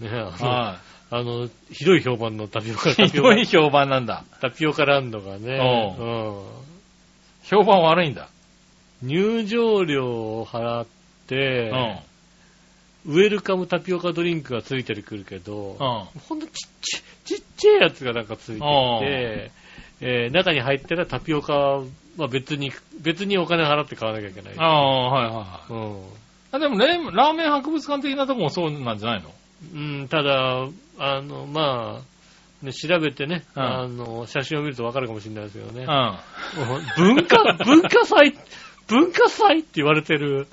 B: う、ね、あの、
C: は
B: あのひどい評判のタピオカ、
C: い。
B: タ
C: ひ
B: ピオカ
C: どい評判なんだ。
B: タピオカランドがね、
C: う
B: う
C: 評判悪いんだ。
B: ん、入場料を払って、ウェルカムタピオカドリンクがついてくるけど、
C: うん。うん。
B: ほんとちっちゃい、ちっちゃいやつがなんかついてきて、えー中に入ったらタピオカは別に、別にお金払って買わなきゃいけない。
C: ああ、はいはいはい。
B: うん
C: あ、でもレー、ラーメン博物館的なとこもそうなんじゃないの
B: うん、ただ、あの、まあ、ね、調べてね、
C: うん
B: あの、写真を見るとわかるかもしれないですけどね。
C: うん。
B: うん 文化、文化祭、文化祭って言われてる。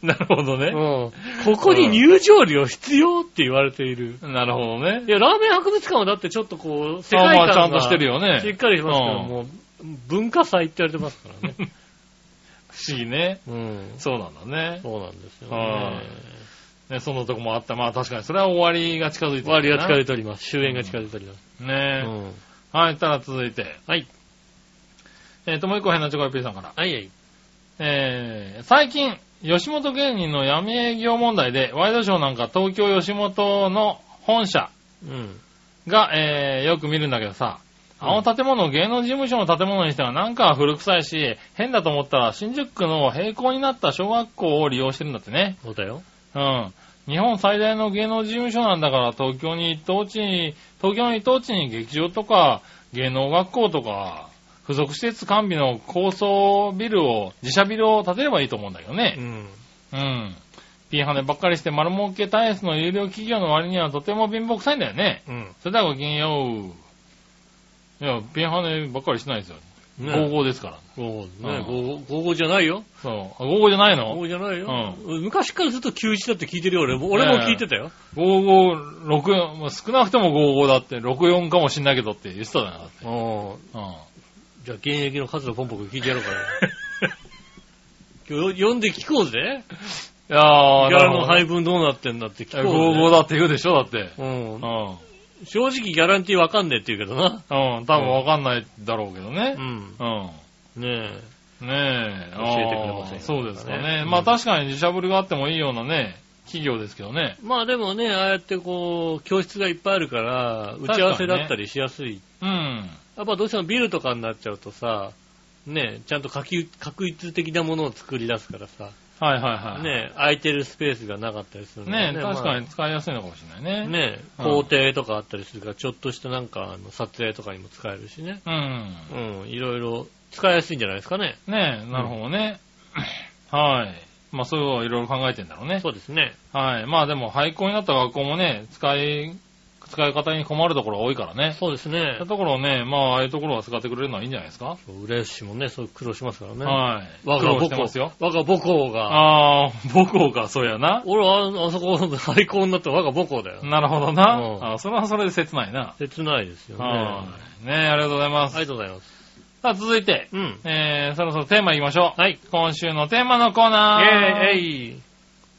C: なるほど
B: う
C: ね
B: ん。。ここに入場料必要って言われている。
C: なるほどね
B: い。や、ラーメン博物館はだってちょっとこう、世
C: あ
B: 界
C: ま
B: 観が
C: あちゃんとしてるよね。
B: しっかりしますけど、
C: うん
B: もう、文化祭って言われてますからね。
C: 不思議ね。
B: うん。
C: そうなんだね。
B: そうなんですよ
C: は
B: ね
C: い。ね、そんなとこもあった。まあ確かに、それは終わりが近づいてる
B: 終わりが近づ
C: い
B: いております。終焉が近づいております。
C: て
B: う
C: ね、
B: ん。
C: はい、たら続いて。
B: はい。
C: えっ、と、もう一個変なチョコヨッピーさんから。
B: はいはい。
C: えー、最近、吉本芸人の闇営業問題で、ワイドショーなんか東京吉本の本社
B: うん。
C: が、えー、よく見るんだけどさ、
B: うん
C: あの建物を芸能事務所の建物にしてはなんか古臭いし、変だと思ったら新宿区の並行になった小学校を利用してるんだってね。
B: そうだよ。
C: うん。日本最大の芸能事務所なんだから東京に一等地に、東京の一等地に劇場とか芸能学校とか、付属施設完備の高層ビルを、自社ビルを建てればいいと思うんだけどね。
B: うん。
C: うん。ピンハネばっかりして丸儲け体質の有料企業の割にはとても貧乏くさいんだよね。
B: うん。
C: それではごきげんよう。いや、ピンハネばっかりしてないですよ。
B: ね
C: 55、ですから。
B: 午後
C: う
B: ね
C: ん、
B: 午後、午後じゃないよ。
C: そう。あ、55じゃない
B: 午
C: の
B: 後じゃないよ。昔からずっと休日だって聞いてるよ。俺も、俺も聞いてたよ。
C: ?55、6、もう少なくとも55だって、64かもしんないけどって言ってたじゃなかって。
B: ああ
C: うん。
B: じゃあ現役の数のポンポコ聞いてや ろうかな。今日呼んで聞こうぜ。
C: いやー、
B: ギャ
C: な
B: ラ
C: るほ
B: の
C: ど
B: 配分どうなってんだって聞こ
C: 55
B: う
C: だって言うでしょだって。
B: ぜ。う
C: うん。
B: ん。
C: う
B: 正直ギャランティーわかんねえって言うけどな。
C: ん。多分わかんないだろうけど
B: うん。
C: ね。うん。
B: ねえ。
C: ねえ。
B: 教えてくれませんよ
C: あーそうですかね。
B: うん
C: まあ確かに自社ぶりがあってもいいようなね、企業ですけどね。
B: まあでもね、ああやってこう、教室がいっぱいあるから、打ち合わせだったりしやすい。
C: うん。
B: やっぱどうしてもビルとかになっちゃうとさ、ねえ、ちゃんと画期確一的なものを作り出すからさ、
C: はいはいはい。
B: ねえ、空いてるスペースがなかったりするの
C: ね
B: で
C: え、確かに使いやすいのかもしれないね。
B: ねえ、
C: うん
B: 工程とかあったりするから、ちょっとしたなんか、あの、撮影とかにも使えるしね。
C: うん。
B: うん、いろいろ使いやすいんじゃないですかね。
C: ねえ、なるほどね。はい。まあそういうのをいろいろ考えてんだろうね。
B: そうですね。
C: はい。まあでも廃校になった学校もね、使い、使い方に困るところが多いからね。
B: そうです
C: そう
B: ね
C: いう。ところをね、まあああいうところは使ってくれるのはいいんじゃないですか。
B: 嬉しいもんね、そう苦労しますからね。
C: はい。
B: 我が
C: 苦労
B: 母
C: してます
B: 校
C: よ。、
B: 我が母校が、
C: ああ、母校か、そうやな。
B: 俺はああそこ、廃校になった我が母校だよ。
C: なるほどな。
B: うん
C: あーそれはそれで切ないな。
B: 切ないですよね。
C: は
B: あ
C: い。ねえ、ありがとうございます。
B: りがとうございます。
C: さあ、続いて、
B: うん。
C: えー、そろそろテーマいきましょう。
B: はい。
C: 今週のテーマのコーナー。
B: えい、えい。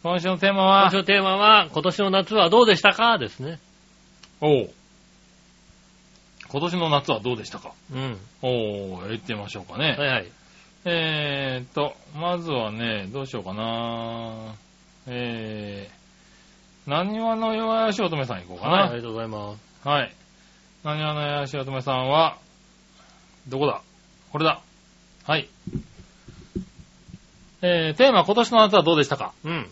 C: 今週のテーマ
B: 今
C: は
B: 週、のテーマは、今年の夏はどうでしたかですね。
C: おう今年の夏はどうでしたか
B: うん。
C: おー、行ってみましょうかね。
B: はいはい。
C: えーっと、まずはね、どうしようかなえー、何話の弱々しおとめさん行こうかな。
B: はい、あ
C: は
B: りが
C: い。
B: とうございます。
C: 何話の弱々しおとめさんは、どこだこれだ。はい。えー、テーマ今年の夏はどうでしたか
B: うん。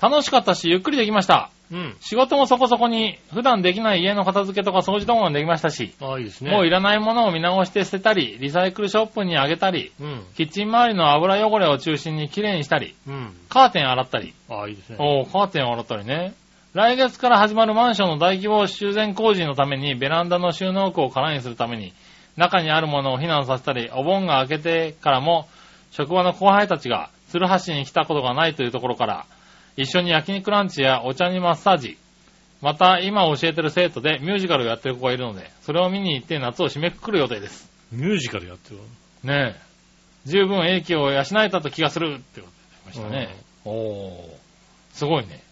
C: 楽しかったし、ゆっくりできました。
B: うん。
C: 仕事もそこそこに、普段できない家の片付けとか掃除とかもできましたし、
B: ああ、いいですね。
C: もういらないものを見直して捨てたり、リサイクルショップにあげたり、
B: うん。
C: キッチン周りの油汚れを中心にきれいにしたり、
B: うん。
C: カーテン洗ったり。
B: ああ、いいですね。
C: おーカーテン洗ったりね。来月から始まるマンションの大規模修繕工事のために、ベランダの収納庫を空にするために、中にあるものを避難させたり、お盆が明けてからも、職場の後輩たちが、鶴橋に来たことがないというところから、一緒に焼肉ランチやお茶にマッサージ、また今教えてる生徒でミュージカルをやってる子がいるので、それを見に行って夏を締めくくる予定です。
B: ミュージカルやってるわ。
C: ねえ。十分英気を養えたと気がするってことでしたね。おー。すごいね。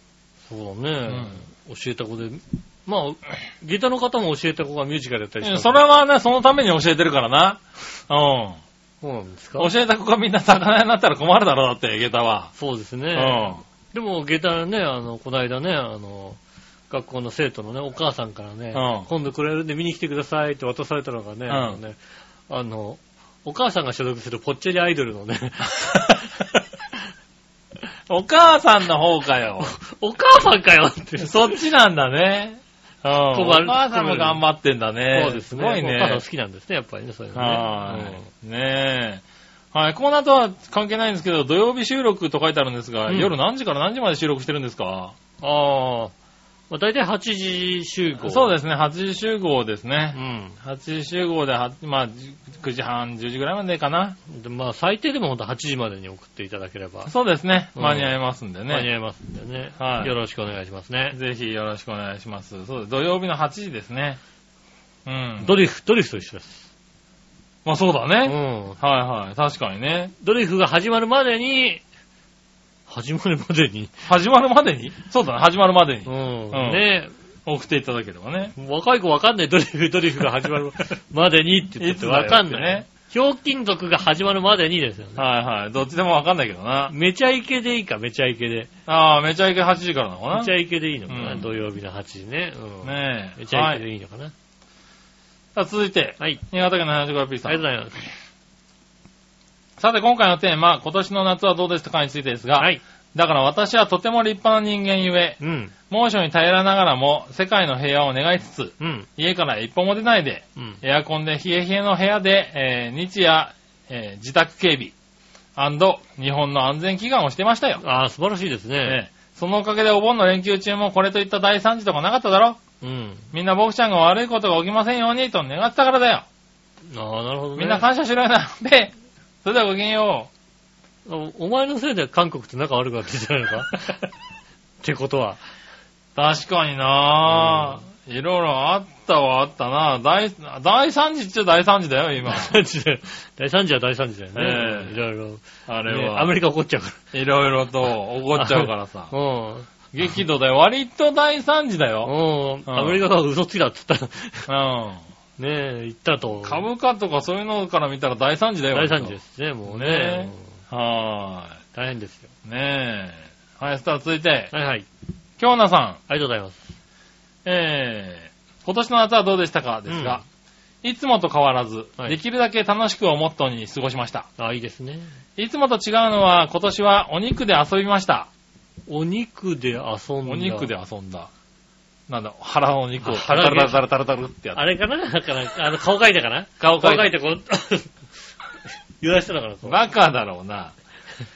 B: そうだね。教えた子で
C: ま
B: 下駄の方も教えた子がミュージカルやったりした
C: あ、
B: の
C: それはね、そのために教えてるからな。うん。
B: そうなんですか
C: 教えた子がみんな魚屋になったら困るだろう、だって、下駄は。
B: そうです
C: う
B: ね。
C: ん。
B: でも、下駄ね、あの、こないだね、あの、学校の生徒のね、お母さんからね、
C: うん
B: 今度くれるんで見に来てくださいって渡されたのがね、
C: うん
B: あのね、あの、お母さんが所属するぽっちゃりアイドルの ね、
C: お母さんの方か よ。
B: お母さんかよって。
C: そっちなんだね。うん。お
B: 困る
C: 母さんも頑張ってんだね。
B: そうですね。
C: ごい
B: お母さん
C: ね
B: 好。きなんですね、やっぱりね、そういうのね。
C: はーい。ねえ。はい。コーナーとは関係ないんですけど、土曜日収録と書いてあるんですが、
B: うん
C: 夜何時から何時まで収録してるんですか
B: うんああ、まあ、大体8時集合。。
C: そうですすね。8時集合です
B: う
C: ね。
B: ん。
C: 8時集合で、はまあ、じ9時半、10時ぐらいまでかな。
B: でまあ、最低でもほんと8時までに送っていただければ、
C: そうですね。
B: うん
C: 間に合いますんで
B: 間に
C: ね。
B: 合いますんでね、
C: はい
B: よろしくお願いしますね。
C: ぜひよろしくお願いします。そうです。土曜日の8時ですね。うん。
B: ドリフ、ドリフと一緒です。
C: まあそうだ
B: う
C: ね。
B: ん。
C: はいはい。確かにね。
B: ドリフが始まるまでに、始まるまでに、
C: 始まるまでにそうだね。始まるまで
B: う
C: に
B: ん。
C: ん
B: ね
C: 送っていただければね。
B: 若い子わかんない、ドリフ、ドリフが始まるまでにって言っててわかんない。
C: ね。
B: ひょうきん族が始まるまでにですよね。
C: はいはい。どっちでもわかんないけどな。
B: めちゃイケでいいか、めちゃイケで。
C: ああ、めちゃイケ8時からなのかな
B: めちゃイケでいいのかな、
C: うん
B: 土曜日の8時ね。うん、
C: ねえ。
B: めちゃイケ
C: はい
B: でいいのかな。
C: さあ続いて、
B: はい。
C: 新潟県の 75P さ
B: ありがとうんご。ざいます。
C: さて今回のテーマ、今年の夏はどうですかについてですが、
B: はい。
C: だから私はとても立派な人間ゆえ、
B: うん。
C: 猛暑に耐えられながらも世界の平和を願いつつ、
B: うん。
C: 家から一歩も出ないで、
B: うん。
C: エアコンで冷え冷えの部屋で、えー日夜、えー自宅警備日本の安全祈願をしてましたよ、
B: ああ、素晴らしいですね。
C: えーそのおかげでお盆の連休中もこれといった大惨事とかなかっただろ
B: うん。
C: みんな僕ちゃんが悪いことが起きませんようにと願ってたからだよ。
B: ああ、なるほどね。
C: みんな感謝しろよな。で、それではごきげんよ
B: おお前のせいで韓国と仲悪くなってんじゃないのかってことは。
C: う。確かになぁ。いろいろあったはあったな大、大惨事っちゃ大惨事だよ、今。
B: 大惨事だよ大惨事は大惨事だよね。
C: ええ
B: いろいろ。
C: あ
B: あ
C: れ
B: ア
C: は。
B: メリカ怒っちゃうか
C: いろいろと怒っちゃうからさ。
B: ら。うん。
C: 激怒だよ。割と大惨事だよ。
B: うん。
C: うん
B: アメリカが嘘つきだって言ったら、
C: うん。
B: ねえ、言ったと。
C: 株価とかそういうのから見たら大惨事だよ。。
B: 大惨事ですすね、もう
C: ね
B: ね。うん
C: は
B: 大変ですよ。
C: ーい。ねえ。はい、スター続いて、
B: はいはい。
C: 京奈さん。
B: ありがとうございます。
C: えー、今年の夏はどうでしたかですが、いつもと変わらず、
B: はい
C: できるだけ楽しくをモットーに過ごしました。
B: あ、いいですね。
C: いつもと違うのは、今年はお肉で遊びました。
B: お肉で遊んだ。
C: お肉で遊んだ。なんだ、腹のお肉を
B: あ
C: タ
B: 腹
C: ラタ
B: 毛
C: ラタラタラタラってやっ
B: あれかな だから、あの、顔描いたかな
C: 顔描いた
B: てこう、 揺らしたのかなこ
C: た。
B: う
C: バカだろうな。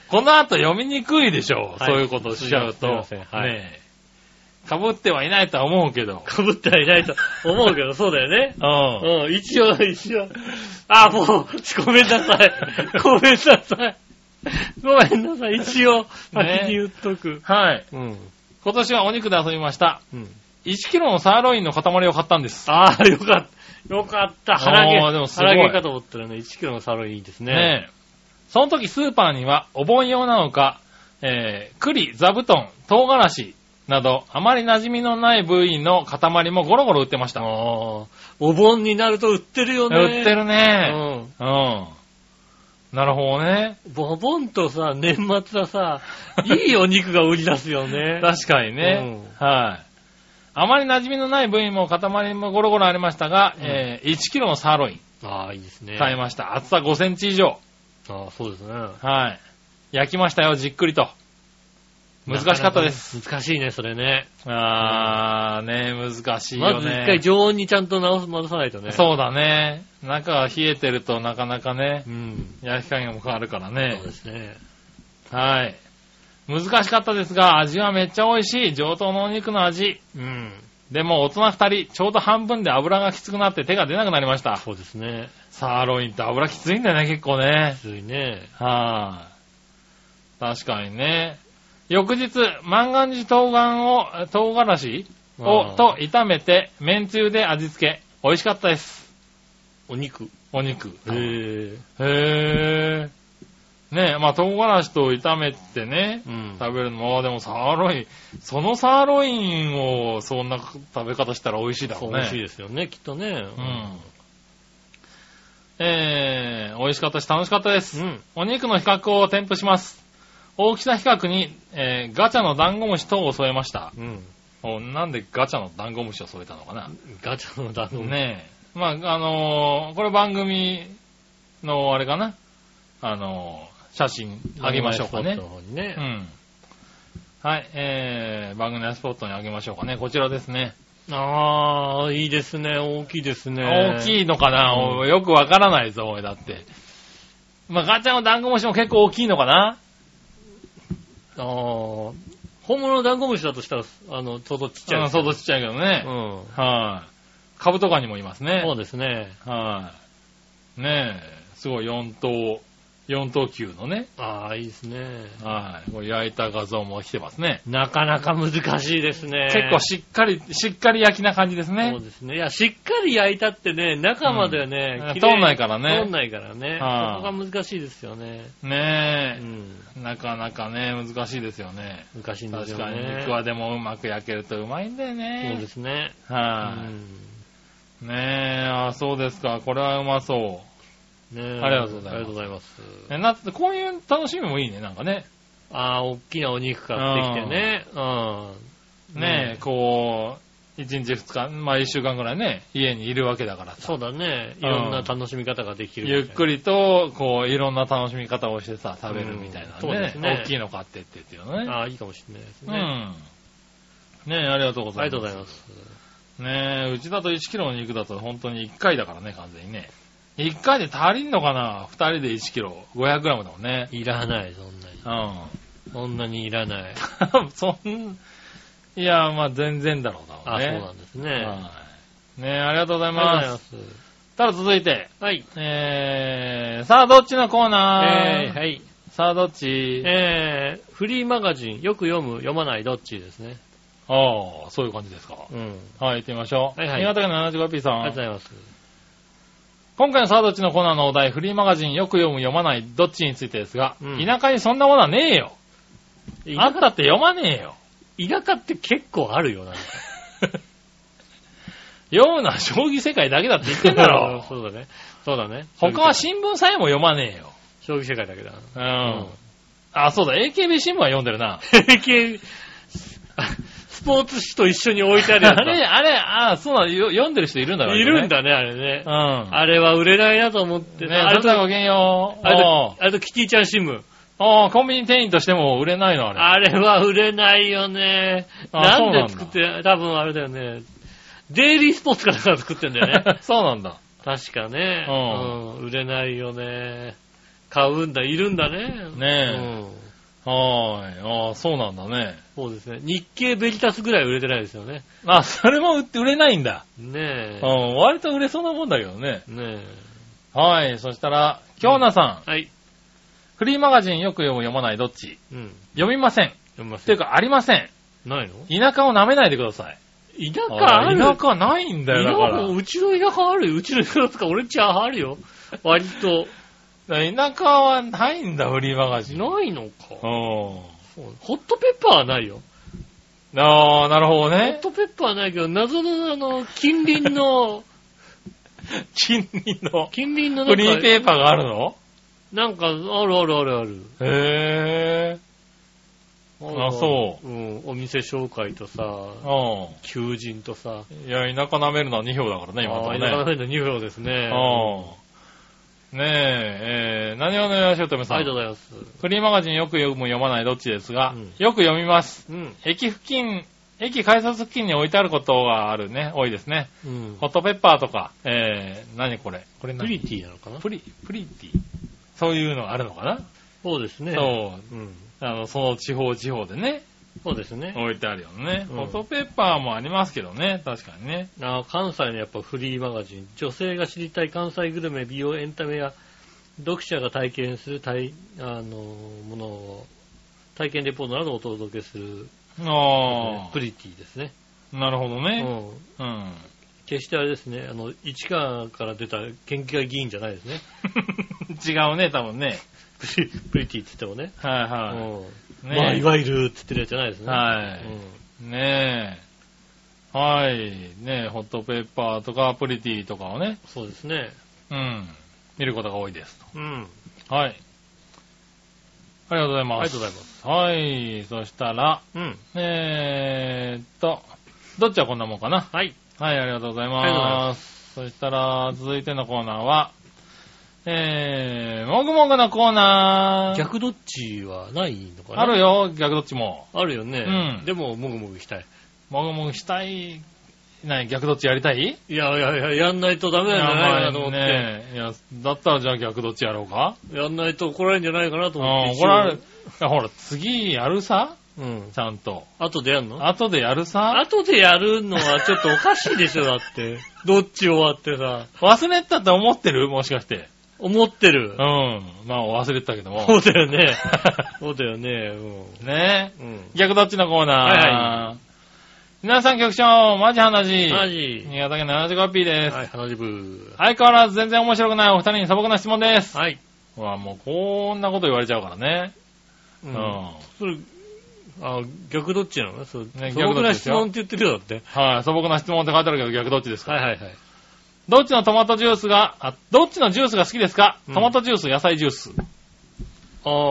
C: この後読みにくいでしょう。
B: はい
C: そういうことしちゃう
B: すいま
C: と。
B: せんはい
C: ねえ。かぶってはいないとは思うけど。
B: かぶってはいないと思うけど、そうだよね。
C: うん。
B: うん、一応、一応。あ、もう、ごめんなさい。 ごめんなさい。ごめんなさい。一応、先に言っとく。
C: はい。
B: うん。
C: 今年はお肉で遊びました。
B: うん。
C: 1キロのサーロインの塊を買ったんです。
B: ああ、よかった。よかった。腹
C: あーで
B: 毛。
C: もすごい
B: 腹毛かと思ったらね、1キロのサーロインいいですね。
C: ねえ。その時スーパーには、お盆用なのか、えー、栗、座布団、唐辛子など、あまり馴染みのない部位の塊もゴロゴロ売ってました。
B: ああ、お盆になると売ってるよね。
C: 売ってるね。
B: ね。
C: うん。なるほどね。
B: うん。ボボンとさ、年末はさ、いいお肉が売り出すよ ね。
C: 確かにね。はい。あまり馴染みのない部位も塊もゴロゴロありましたが、
B: うん
C: えー、1キロのサーロイン
B: ああ、いいですね。
C: 買いました。厚さ5センチ以上。
B: ああ、そうですね。
C: はい。焼きましたよ、じっくりと。難しかったです。
B: す。難しいね、それね。
C: あーね、難しい
B: ま
C: よね。
B: ず一回常温にちゃんと直す、戻さないとね。う。
C: そうだね。中が冷えてるとなかなかね、
B: うん。
C: 焼き加減も変わるから
B: そう
C: ね
B: で。すね。
C: はい。難しかったですが、味はめっちゃ美味しい上等のお肉の味。
B: うん。
C: でも大人二人、ちょうど半分で油がきつくなって手が出なくなりました。
B: そうですね。
C: サーロインって油きついんだよね、結構ね。
B: ついね。
C: はい、確かにね。翌日、万願寺冬瓜を、唐辛子
B: あ
C: を、
B: ー
C: と炒めて、麺つゆで味付け。美味しかったです。
B: お肉。
C: お肉。
B: へえ。
C: へぇー。ねえ、まあ、唐辛子と炒めてね、
B: うん。
C: 食べるのも、でもサーロイン、そのサーロインをそんな食べ方したら美味しいだろ
B: そうう、
C: ね。
B: 美味しいですよね、きっとね。
C: うん。えー、美味しかったし楽しかったです。
B: うん。
C: お肉の比較を添付します。大きさ比較に、えーガチャのダンゴムシ等を添えました。
B: うん。
C: おなんでガチャのダンゴムシを添えたのかな、
B: ガチャのダム。
C: ねえ。まあ、あのーこれ番組のあれかなあのー写真あげましょうかね。
B: 名前スポットの方に
C: う
B: ね。
C: ん。はい、えー、番組のスポットにあげましょうかね。こちらですね。
B: ああ、いいですね。大きいですね。
C: 大
B: い。
C: きいのかな、
B: うん
C: およくわからないぞ、おい、だって。まあ、ガチャのダンゴムシも結構大きいのかな
B: ああ。本物のダンゴムシだとしたら、あの、ちょうどちっちゃい。
C: うん相当ちっちゃいけどね。はい、
B: うん。
C: 株とかにもいますね。
B: そう
C: はい、
B: ですね。
C: ねえ、すごい4等、4等級のね。
B: ああ、いいですね。
C: はい、これ焼いた画像も来てますね。
B: なかなか難しいですね。
C: 結構しっかり、しっかり焼きな感じです
B: そ
C: ね
B: う。ですね。いや、しっかり焼いたってね、中まではね、
C: うん
B: 綺麗に
C: 通んないからね
B: 通んないからね。
C: は
B: そ
C: い
B: こが難しいですよね。うん。
C: ねえ、なかなかね、難しいですよね。
B: 難しいんです
C: 確
B: よ
C: かに
B: ね。
C: 肉はでもうまく焼けるとうまいんだよね。
B: そうですね。
C: はい、ねえ、あ、そうですか。これはうまそ
B: うんね
C: ありがとうござ
B: あ
C: います
B: りがとうございます。
C: う。ね、なって、こういう楽しみもいいね、なんかね。
B: ああ、大きなお肉買ってきてね。うん。
C: ねえ、
B: うん
C: こう、1日2日、まあ1週間ぐらいね、家にいるわけだからさ。
B: そうだね。い
C: うん
B: ろんな楽しみ方ができる。
C: ゆっくりと、こう、いろんな楽しみ方をしてさ、食べるみたいなね。
B: うんそうですね
C: 大きいの買ってってっていうのね。
B: ああ、いいかもしれないです
C: う
B: ね。あ
C: ん。ねえ、ありがとうご
B: り
C: ざいます。
B: がとうございます。
C: ねえ、うちだと1キロの肉だと本当に1回だからね、完全にね。1回で足りんのかな ?2 人で1キロ、500グラムだもんね。
B: いらない、そんなに。
C: うん。
B: そんなにいらない。
C: そん、いや、まあ全然だろうだろ
B: あ
C: う
B: あ、
C: ね。
B: そうなんですね。あ
C: はいねえ、ありがとうござい
B: りがとうござい
C: ま。
B: ますす。
C: ただ続いて、
B: はい。
C: えー、さあどっちのコーナー、
B: えー、はい。
C: さあどっち
B: えー、フリーマガジン、よく読む、読まない、どっちですね。
C: ああ、そういう感じですか。
B: うん。
C: はい、行ってみましょう。
B: はいはい
C: 新潟県 75P さ
B: ありがとうご
C: ん。
B: ざいます。
C: 今回のさあどっちのコーナーのお題、フリーマガジンよく読む読まないどっちについてですが、
B: うん
C: 田舎にそんなものはねえよ。
B: 田
C: あんたって読まねえよ。
B: 舎、田舎って結構あるよ、なんか。
C: 読むのは将棋世界だけだって言ってんだろ。
B: そうだね。そうだね。
C: 他は新聞さえも読まねえよ。
B: 将棋世界だけだな。
C: うん。
B: ん
C: あ、そうだ、AKB 新聞は読んでるな。
B: 平スポーツ紙と一緒に置いてある
C: あれ、
B: や
C: あれ、あ、そうなの、よ読んでる人いるんだろう
B: つ。
C: ね
B: いるん。だね、あれね。
C: うん。
B: あれは売れないなと思って。
C: ね
B: あ
C: あ
B: れ
C: れだご
B: と、
C: きげんよう。
B: あれ
C: お
B: と
C: う、
B: あれとキティちゃん新聞。
C: おうコンビニ店員としても売れないの、あれ。
B: あれは売れないよね。
C: あ
B: なん
C: そうなん
B: で
C: だ
B: 作って、多分あれだよね。デイリースポーツからから作ってんだよね。
C: そうなんだ。
B: 確かね。うん。
C: う
B: 売れないよね。買うんだ、いるんだね。
C: ね
B: うん。
C: はーい。ああ、そうなんだね。
B: そうですね。日経ベリタスぐらい売れてないですよね。
C: あ、それも売って売れないんだ。う
B: ね
C: ん、割と売れそうなもんだけどね。
B: え。ね
C: はい。そしたら、京奈さん。
B: え。はい。
C: フリーマガジンよく読む読まないどっち
B: うん。
C: 読みません。
B: 読みます
C: というか、ありません。
B: ないの
C: 田舎を舐めないでください。
B: 田舎ある
C: 田舎ないんだよ、だか
B: 田舎うちの田舎あるよ。うちの田舎とか俺んちあるよ。割と。
C: ら。田舎はないんだ、フリーマガジン。
B: ないの
C: う
B: か。
C: ん。
B: そうホットペッパーはないよ。
C: ああ、なるほど
B: ホッ
C: ね。
B: トペッパーはないけど、謎のあの、近隣 の、
C: 近隣の
B: 近隣のな
C: フリー
B: んか、
C: ペーパーがあるの
B: なんか、あるあるあるある。
C: へえ。
B: あ。
C: あそう
B: うん。お店紹介とさ、
C: う
B: 求人とさ。
C: ん。いや、田舎舐めるのは2票だからね、今のとこ
B: あ
C: ね。
B: 田舎の辺の2票ですね。
C: うん。ねえ、えー、何をのよしおとめさん。
B: ありがとうございます。
C: フリーマガジンよく読む読まないどっちですが、
B: うん
C: よく読みます。
B: うん。
C: 駅付近、駅改札付近に置いてあることがあるね、多いですね。
B: うん。
C: ホットペッパーとか、えー、何これこれ
B: プ
C: 何
B: リティなのかな
C: プリ、プリティそういうのがあるのかな、
B: そうですね。
C: そう。
B: うん。
C: あの、その地方地方でね、
B: そうですね。
C: 置いてあるよね。
B: うん
C: ホットペッパーもありますけどね、確かにね。
B: あー関西のやっぱフリーマガジン、女性が知りたい関西グルメ、美容、エンタメや読者が体験する体あのーものを、体験レポートなどをお届けする、
C: あ
B: プリティですね。
C: あ、なるほど
B: う
C: ね。
B: ん、
C: うん。
B: 決してあれですね、あの、市川から出た県議会議員じゃないですね。
C: 違うね、多分ね。
B: プリ プリティって言ってもね。
C: はいは
B: うん
C: ねえ
B: まあ、いわゆるって言ってるやつじゃないですね。
C: はい
B: うん
C: い。ねえ。はい。ねえ、ホットペッパーとかプリティとかをね、
B: そうですね。
C: うん、見ることが多いです
B: うん。
C: と。はい。ありがとうございます。。
B: ありがとうございます
C: はい。そしたら、
B: うん。
C: えーっと、どっちはこんなもんかな。
B: はい。
C: はい、ありがとうござい
B: ありがとうござい
C: ま。
B: ます
C: そしたら、続いてのコーナーは、えー、もぐもぐのコーナー。
B: 逆どっちはないのかな
C: ある。よ、逆どっちも。
B: あるよね。
C: うん
B: でも、もぐもぐしたい。
C: もぐもぐしたい、ない、逆どっちやりたい
B: いやいやいや、やんないとダメ
C: い
B: なんじゃないか
C: や
B: なと思って。
C: ねえいや、だったらじゃあ逆どっちやろうか
B: やんないと怒られるんじゃないかな
C: う
B: と
C: ん、
B: 思って。
C: 怒られる。いやほら、次やるさ
B: うん。
C: ちゃんと。
B: 後でやんの
C: 後でやるさ
B: 後でやるのはちょっとおかしいでしょ、だって。どっち終わってさ、
C: 忘れてたって思ってるもしかして。
B: 思って
C: う
B: る
C: ん。。まあ忘れてたけども。
B: そうだよ ね。そうだよ ね。
C: ねえ。
B: うん。うん。
C: 逆どっちのコーナー。
B: はい
C: 皆さん局長、マジ話。
B: マジ。
C: 新潟県 75P です。
B: はい、鼻血ブ
C: 相変わらず全然面白くないお二人に素朴な質問です。
B: ー。はい。
C: うわ、もうこんなこと言われちゃうからね。
B: う
C: うん
B: ん。それ、あ、逆どっちなのそれ、
C: ね
B: 素朴
C: 逆どっちで
B: な
C: す
B: 質
C: よ
B: 問って言ってるよ、だって。
C: はい、素朴な質問って書いてあるけど逆どっちですか、
B: はいはいはい。
C: どっちのトマトジュースが、あ、どっちのジュースが好きですか、
B: うん
C: トマトジュース、野菜ジュース。
B: あ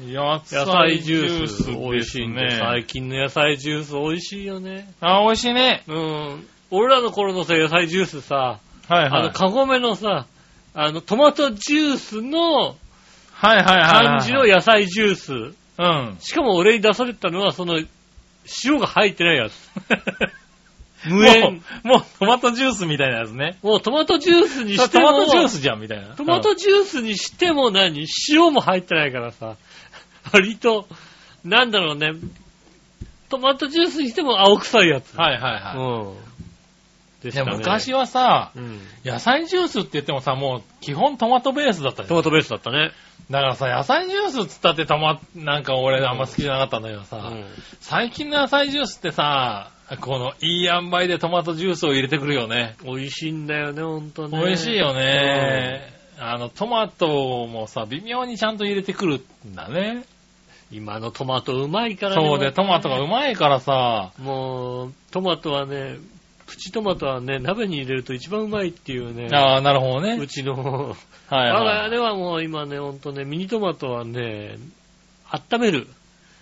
C: 野
B: ー、野菜ジュース美味しいね。最近の野菜ジュース美味しいよね。
C: あ、美味しいね。
B: うん。俺らの頃のさ、野菜ジュースさ、
C: はい
B: あ
C: はい。
B: の、カゴメのさ、あの、トマトジュースの
C: はいはいはい。
B: 感じの野菜ジュース。
C: うん。
B: しかも俺に出されたのは、その、塩が入ってないやつ。 無塩。
C: もう。もうトマトジュースみたいなやつね。
B: もうトマトジュースにして
C: ト
B: も、
C: マトジュースじゃんみたいな。
B: トマトジュースにしても何塩も入ってないからさ、 割と、なんだろうね、トマトジュースにしても青臭いやつ。
C: うんはいはいはい。
B: うん。で
C: いや昔
B: は、
C: はさ、
B: うん、
C: 野菜ジュースって言ってもさ、もう基本トマトベースだったじ
B: ト
C: ゃん。
B: マトベースだったね。
C: だからさ、野菜ジュースっつったってたま、なんか俺あんま好きじゃなかったんだけどさ、
B: うん
C: 最近の野菜ジュースってさ、このいい塩梅でトマトジュースを入れてくるよね。
B: 美味しいんだよね、ほんとね。
C: 美味しいよね。あの、トマトもさ、微妙にちゃんと入れてくるんだね。
B: うん。今のトマトうまいから
C: そうで、トマトがうまいからさ、
B: もう、トマトはね、プチトマトはね、鍋に入れると一番うまいっていうね。
C: ああ、なるほどね。
B: うちの、
C: はい、
B: 我
C: は
B: が家ではもう今ね、ほんとね、ミニトマトはね、温める。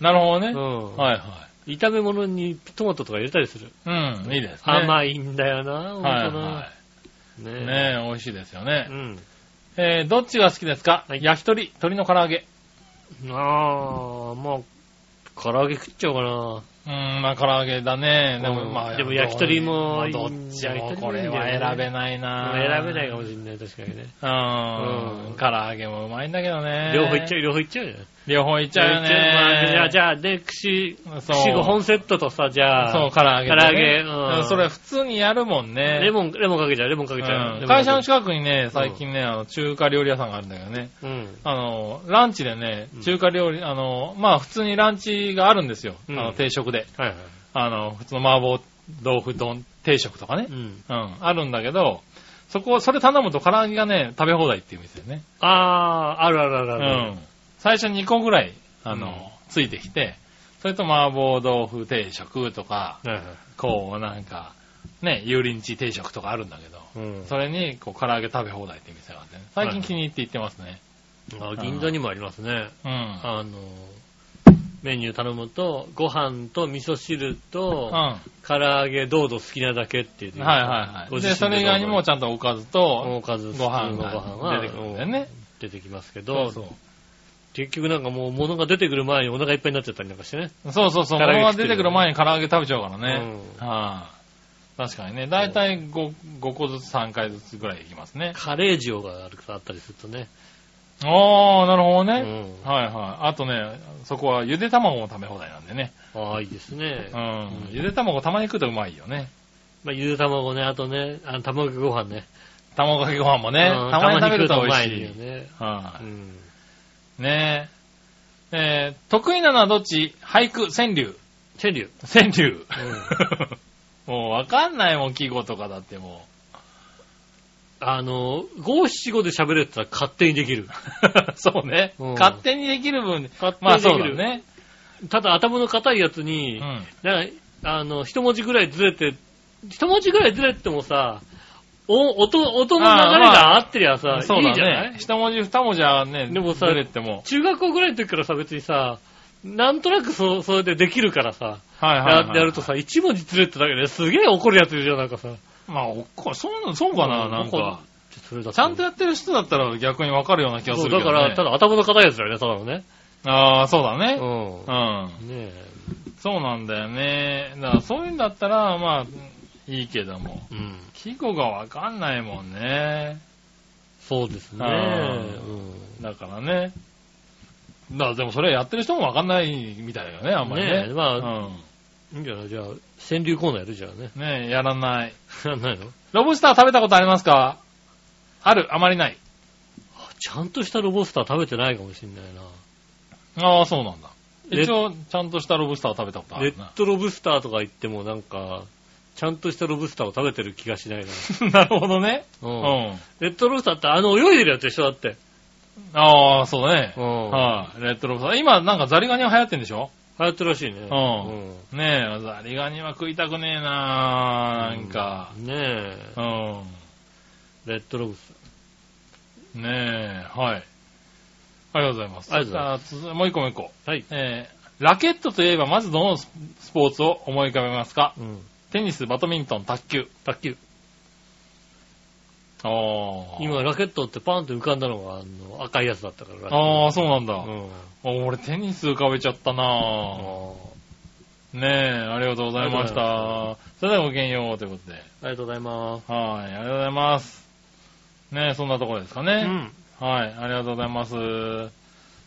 C: い。なる
B: う
C: ほどね。
B: ん。
C: はいは
B: 炒め物にトマトとか入れたりする。
C: い。うん、いいですね。
B: 甘いんだよな、ほんと
C: はい
B: な
C: は。
B: ね
C: い。ねえ、美味しいですよね
B: う。ん。
C: えー、どっちが好きですか、
B: はい
C: 焼き鳥、鶏の唐揚げ。
B: ああ、まあ、唐揚げ食っちゃおうかな。
C: うーん、まあ唐揚げだね。でも
B: うん
C: まあ、
B: でも焼き鳥も
C: まあどっちもこれは選べないな
B: 選べないかもしれない、確かにね。
C: うん。
B: うん
C: 唐揚げもうまいんだけどね。
B: 両方いっちゃ
C: う。
B: う、両方いっちゃうじゃん。
C: 両方いっちゃうよね。
B: じゃあ、じゃあ、で、串、
C: そう
B: 串5本セットとさ、じゃあ、
C: そう、唐揚げとね、
B: 唐揚げうん
C: それ普通にやるもんね。
B: レモン、レモンかけちゃう、レモンかけちゃう。
C: う
B: レモ
C: ん
B: ン
C: 会社の近くにね、最近ね、あの、中華料理屋さんがあるんだけどね。
B: うん。
C: あの、ランチでね
B: う、ん
C: 中華料理、あの、まあ普通にランチがあるんですよ。あ
B: うん
C: の、定食で。
B: はいはい。
C: あの、普通の麻婆豆腐丼定食とかね
B: う。ん。
C: うん、あるんだけど、そこ、それ頼むと唐揚げがね、食べ放題っていう店ね。
B: ああ、あるあるある
C: う
B: ある。
C: ん。最初2個ぐらい、あの、
B: うん
C: ついてきて、それと麻婆豆腐定食とか、
B: はいはい。
C: こう、なんか、ね、油淋鶏定食とかあるんだけど、
B: うん。
C: それに、こう、唐揚げ食べ放題っていう店があってね。最近気に入って行ってますね。
B: あ銀座にもありますね。
C: うん。
B: あの、メニュー頼むと、ご飯と味噌汁
C: うん。
B: と、
C: は
B: 唐揚げ、どうぞ好きなだけっていう。
C: いはいは
B: ご
C: い。
B: 自
C: で、
B: 身
C: それ以外にもちゃんとおかずと、
B: おかず、
C: ご飯
B: 普通のご飯
C: が
B: が
C: 出てくるんだよね。
B: 出てきますけ
C: そ
B: ど
C: う、そう。
B: 結局なんかもう物が出てくる前にお腹いっぱいになっちゃったりなんかしてね。
C: そうそうそう。
B: 唐揚げ
C: 物が
B: 食って
C: 出
B: る
C: てくる前に唐揚げ食べちゃうからね。
B: うん
C: はい、確かにね。だいたい 5, 5個ずつ3回ずつぐらいいきますね。
B: カレー塩があるあったりするとね。
C: ああ、なるほど
B: う
C: ね、
B: ん。
C: はいはい。あとね、そこはゆで卵も食べ放題なんでね。
B: ああ、いいですね。
C: う
B: うん
C: ん。ゆで卵たまに食うとうまいよね。
B: まあ、ゆで卵ね、あとね、あの卵ご飯ね。
C: 卵かけご飯もね、
B: うん
C: たまに食べると美味し
B: たまに食うとうま
C: い。
B: よね。
C: は
B: う
C: い、
B: ん。
C: ねえ。えー得意なのはどっち俳句、川柳。
B: 川柳。
C: 川柳。 もうわかんないもん、季語とかだっても
B: あの、五七五で喋れてたら勝手にでき る。
C: う。そうね、
B: うん
C: 勝手にできる分、
B: 勝手
C: ま
B: に
C: あ
B: でき
C: そうだ
B: る。
C: ね。
B: ただ頭の硬いやつ
C: う
B: に、
C: ん。
B: なんかあの、一文字ぐらいずれて、一文字ぐらいずれてもさ、お、音、音の流れ
C: あーまあ
B: が合ってりゃさ、
C: そう
B: い
C: だ
B: いじゃない
C: ね。一文字二文字はね、
B: でもさ
C: ずれても。
B: 中学校ぐらいの時からさ、別にさ、なんとなくそ、それでできるからさ、
C: はいはい、はい。
B: ややるとさ、一文字ずれてただけですげえ怒るやついるじゃん、なんかさ。
C: まあ、おっかそうなの、そうかな、なんか。。
B: それだ
C: ちゃんとやってる人だったら逆にわかるような気がす
B: そう
C: るけど、
B: だから、
C: ね。
B: ただ頭の硬いやつだよね、ただのね。
C: ああ、そうだね。う。
B: うんん。ねえ。
C: そうなんだよね。だからそういうんだったら、まあ、いいけども。
B: うん。
C: 季語がわかんないもんね。
B: そうですね。
C: あー
B: う
C: だからね。だからでもそれやってる人もわかんないみたいだよね、あんまりね。
B: ねえまあ
C: うん
B: ん。いいんじゃないじゃあ、川柳コーナーやるじゃあね。
C: ねえ、やらない。
B: やんないの
C: ロブスター食べたことありますかある、あまりない。
B: あちゃんとしたロボスター食べてないかもしんないな。
C: ああ、そうなんだ。
B: レッ
C: 一応、ちゃんとしたロブスター食べたことあ
B: レ
C: る
B: ッ
C: な。
B: ドロブスターとか言ってもなんか、ちゃんとしたロブスターを食べてる気がしないな。
C: なるほどね。
B: う。
C: うんん。
B: レッドロブスターってあの泳いでるやつでしょだって。
C: ああ、そうだね。
B: んは
C: はい、レッドロブスター。今、なんかザリガニは流行ってんでしょ
B: い。流行ってるらしいね。うん
C: ねえ、ザリガニは食いたくねえななんか。
B: ねえ。
C: うん。
B: レッドロブス
C: ねえ、はい。ありがとうございます。
B: ありがとうござい
C: ます。続いもう一個もう一個。
B: ター。はい。
C: えー、ラケットといえばまずどのススポーツを思い浮かべますか
B: うん。
C: テニス、バドミントン、卓球。
B: 卓球。
C: ああ。。
B: 今、ラケットってパーンって浮かんだのが、あの、赤いやつだったから。
C: ああ、そうなんだ。
B: あうん。
C: あ俺テニス浮かべちゃった
B: あ
C: な
B: ー
C: ねえ、ありがとうございまし
B: あ
C: た。それではごきげんようということで。
B: ありがとうございます。
C: はい、ありがとうございます。ねえ、そんなところですか
B: う
C: ね。
B: ん。
C: はい、ありがとうございます。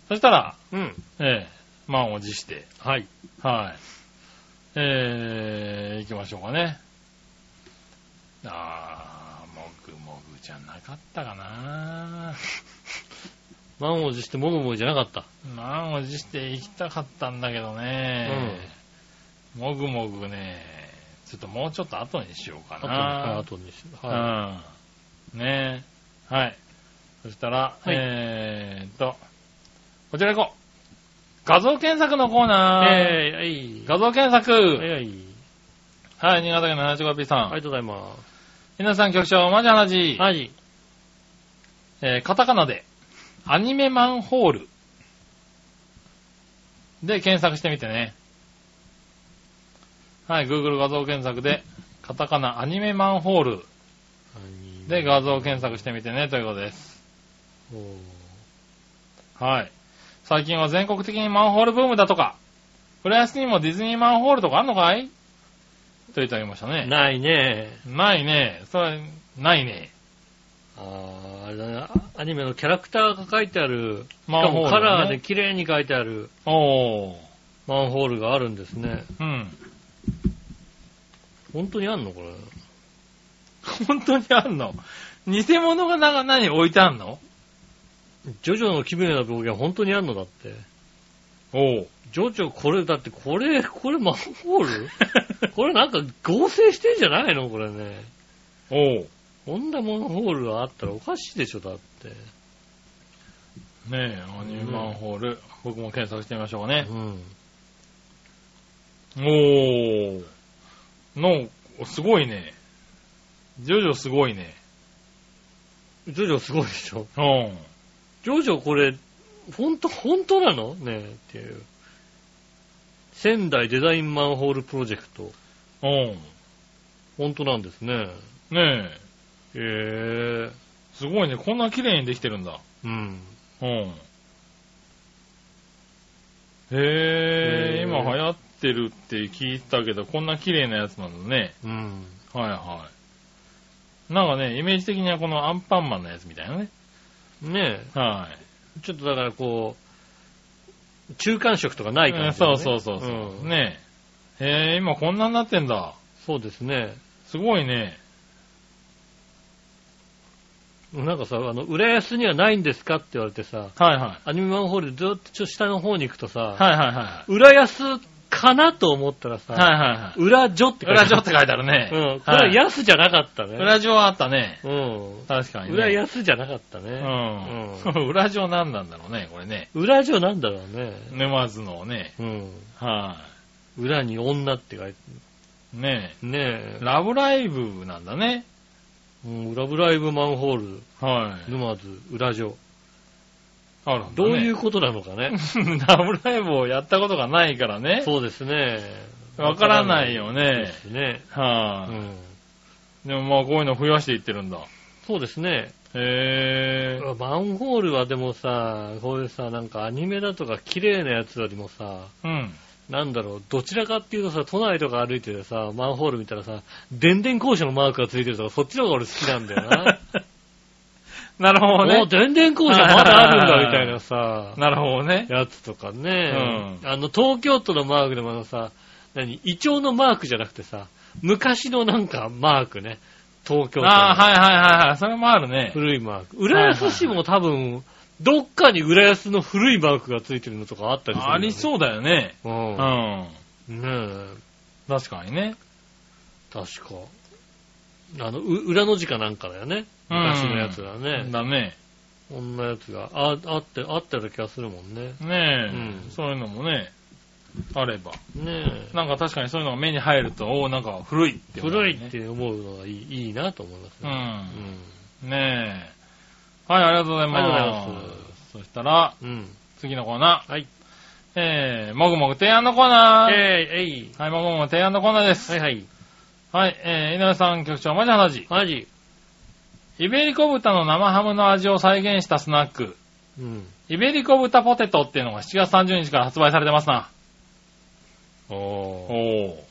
C: そしたら、
B: うん。
C: ええ、満を持して、
B: はい。
C: はい。ええ、行きましょうかね。あー、もぐもぐじゃなかったかな
B: 満を持してもぐもぐじゃなかった。
C: 満を持して行きたかったんだけどね。もぐもぐね、ちょっともうちょっと後にしようかな。
B: 後にし後にしは
C: うん。ねえ。はい。そしたら、
B: はい
C: えーっと、こちら行こう。画像検索のコーナー。
B: い。えい、は
C: 画像検索。
B: い。はい、はい。
C: はい、新潟県の 75P さん。
B: ありがとうございま
C: 皆さん局長、マジ話。
B: す。はい。
C: えーカタカナで、アニメマンホール。で、検索してみてね。はい、Google 画像検索で、カタカナアニメマンホールで画像検索してみてね、ということです。
B: おー
C: はい。最近は全国的にマンホールブームだとか、浦安にもディズニーマンホールとかあんのかいといただきましたね。
B: ないね。
C: ないね。それは、ないね。
B: あーあれだな。アニメのキャラクターが書いてある。
C: マンホール、
B: しかもカラーで。綺麗に書いてある
C: おー。
B: マンホールがあるんですね。
C: うん。
B: 本当にあんのこれ。
C: 本当にあんの偽物がな何置いてあんの
B: ジョジョの奇妙な病気は本当にあんのだって。
C: おう。
B: ジョジョこれ、だってこれ、これマンホールこれなんか合成してんじゃないのこれね。
C: おう。
B: こんなマンホールがあったらおかしいでしょだって。
C: ねえ、アニメマンホール。僕も検索してみましょうかね
B: う。ん。
C: おー。の、すごいね。ジョジョすごいね。
B: ジョジョすごいでしょ
C: うん。
B: ジョジョこれ、本当本当なのねえっていう。仙台デザインマンホールプロジェクト。
C: うん。
B: 本当なんですね。
C: ねえ。
B: へえ。
C: すごいね。こんな綺麗にできてるんだ。
B: うん。
C: うん。へ
B: へ
C: え、
B: え
C: 今流行ってるって聞いたけど、こんな綺麗なやつなんだね。
B: うん。
C: はいはい。なんかね、イメージ的にはこのアンパンマンのやつみたいなね。
B: ね
C: は。
B: え。ちょっとだからこう、中間色とかないい感じ、
C: そ
B: ね。
C: うそうそうそう、
B: ん
C: ねえ。へえ、今こんなになってんだ。
B: そうですね。
C: すごいね。
B: なんかさ、あの、浦安にはないんですかって言われてさ、
C: はいはい。
B: アニメマンホールでずっと下の方に行くとさ、
C: はいはいは
B: 浦安かなと思ったらさ、
C: はいはいはい。
B: 裏女って書いてあ
C: 裏
B: る
C: 女って書いてあるね。
B: うん。これは
C: はい
B: 安じゃなかったね。
C: 裏女はあったね。
B: うん。
C: 確かにね。
B: 裏安じゃなかったね。
C: うん。 裏女何なんだろうね、これね。
B: 裏女なんだろうね。
C: 沼津のね。
B: うん。
C: は
B: 裏に女って書いて
C: い。ね
B: ある。ね
C: え。ラブライブなんだね。
B: え。うん、ラブライブマンホール、
C: はい。
B: 沼津、裏女。
C: あるんだね
B: どういうことなのかね。
C: ラブライブをやったことがないからね。
B: そうですね。
C: わからないよね。
B: ですね。う
C: はい、
B: ん。
C: でもまあこういうの増やしていってるんだ。
B: そうですね。
C: へえ。
B: マンホールはでもさ、こういうさ、なんかアニメだとか綺麗なやつよりもさ、
C: うん。
B: なんだろう、どちらかっていうとさ、都内とか歩いててさ、マンホール見たらさ、電電校舎のマークがついてるとか、そっちの方が俺好きなんだよ な。
C: なるほど
B: お
C: ね。
B: 電電校舎まだあるん だみたいなさ、
C: なるほどね。
B: やつとかね、あの、東京都のマークでもあのさ、何、イチョウのマークじゃなくてさ、昔のなんかマークね、東京都の
C: ああ、はいはいはいはい。それもあるね。
B: 古いマーク。浦安市も多分、どっかに浦安の古いマークがついてるのとかあったりする、
C: ありそうだよね。
B: う。。
C: うんん。
B: ねえ。
C: 確かにね。
B: 確か。あの、う裏の字かなんかだよね。
C: うん
B: 昔のやつだね。
C: だね。
B: こんなやつが、あ、あって、あったような気がするもんね。
C: ねえ、
B: うん
C: そういうのもね、あれば。
B: ねえ。
C: なんか確かにそういうのが目に入ると、おおなんか古いって思う、
B: 古いって思うのがいいいいなと思います
C: う
B: ね。
C: ん。ねえ。はい、ありがとうございます。
B: ありがとうございます
C: そしたら、
B: うん。うん。
C: 次のコーナー。
B: はい。
C: えー、もぐもぐ提案のコーナー。
B: えい、えい。
C: はい、もぐもぐ提案のコーナーです。
B: はいはい。
C: はい、えー、井上さん局長、マジ話。
B: マジ。
C: イベリコ豚の生ハムの味を再現したスナック、
B: うん。
C: イベリコ豚ポテトっていうのが7月30日から発売されてますな。
B: おー。
C: お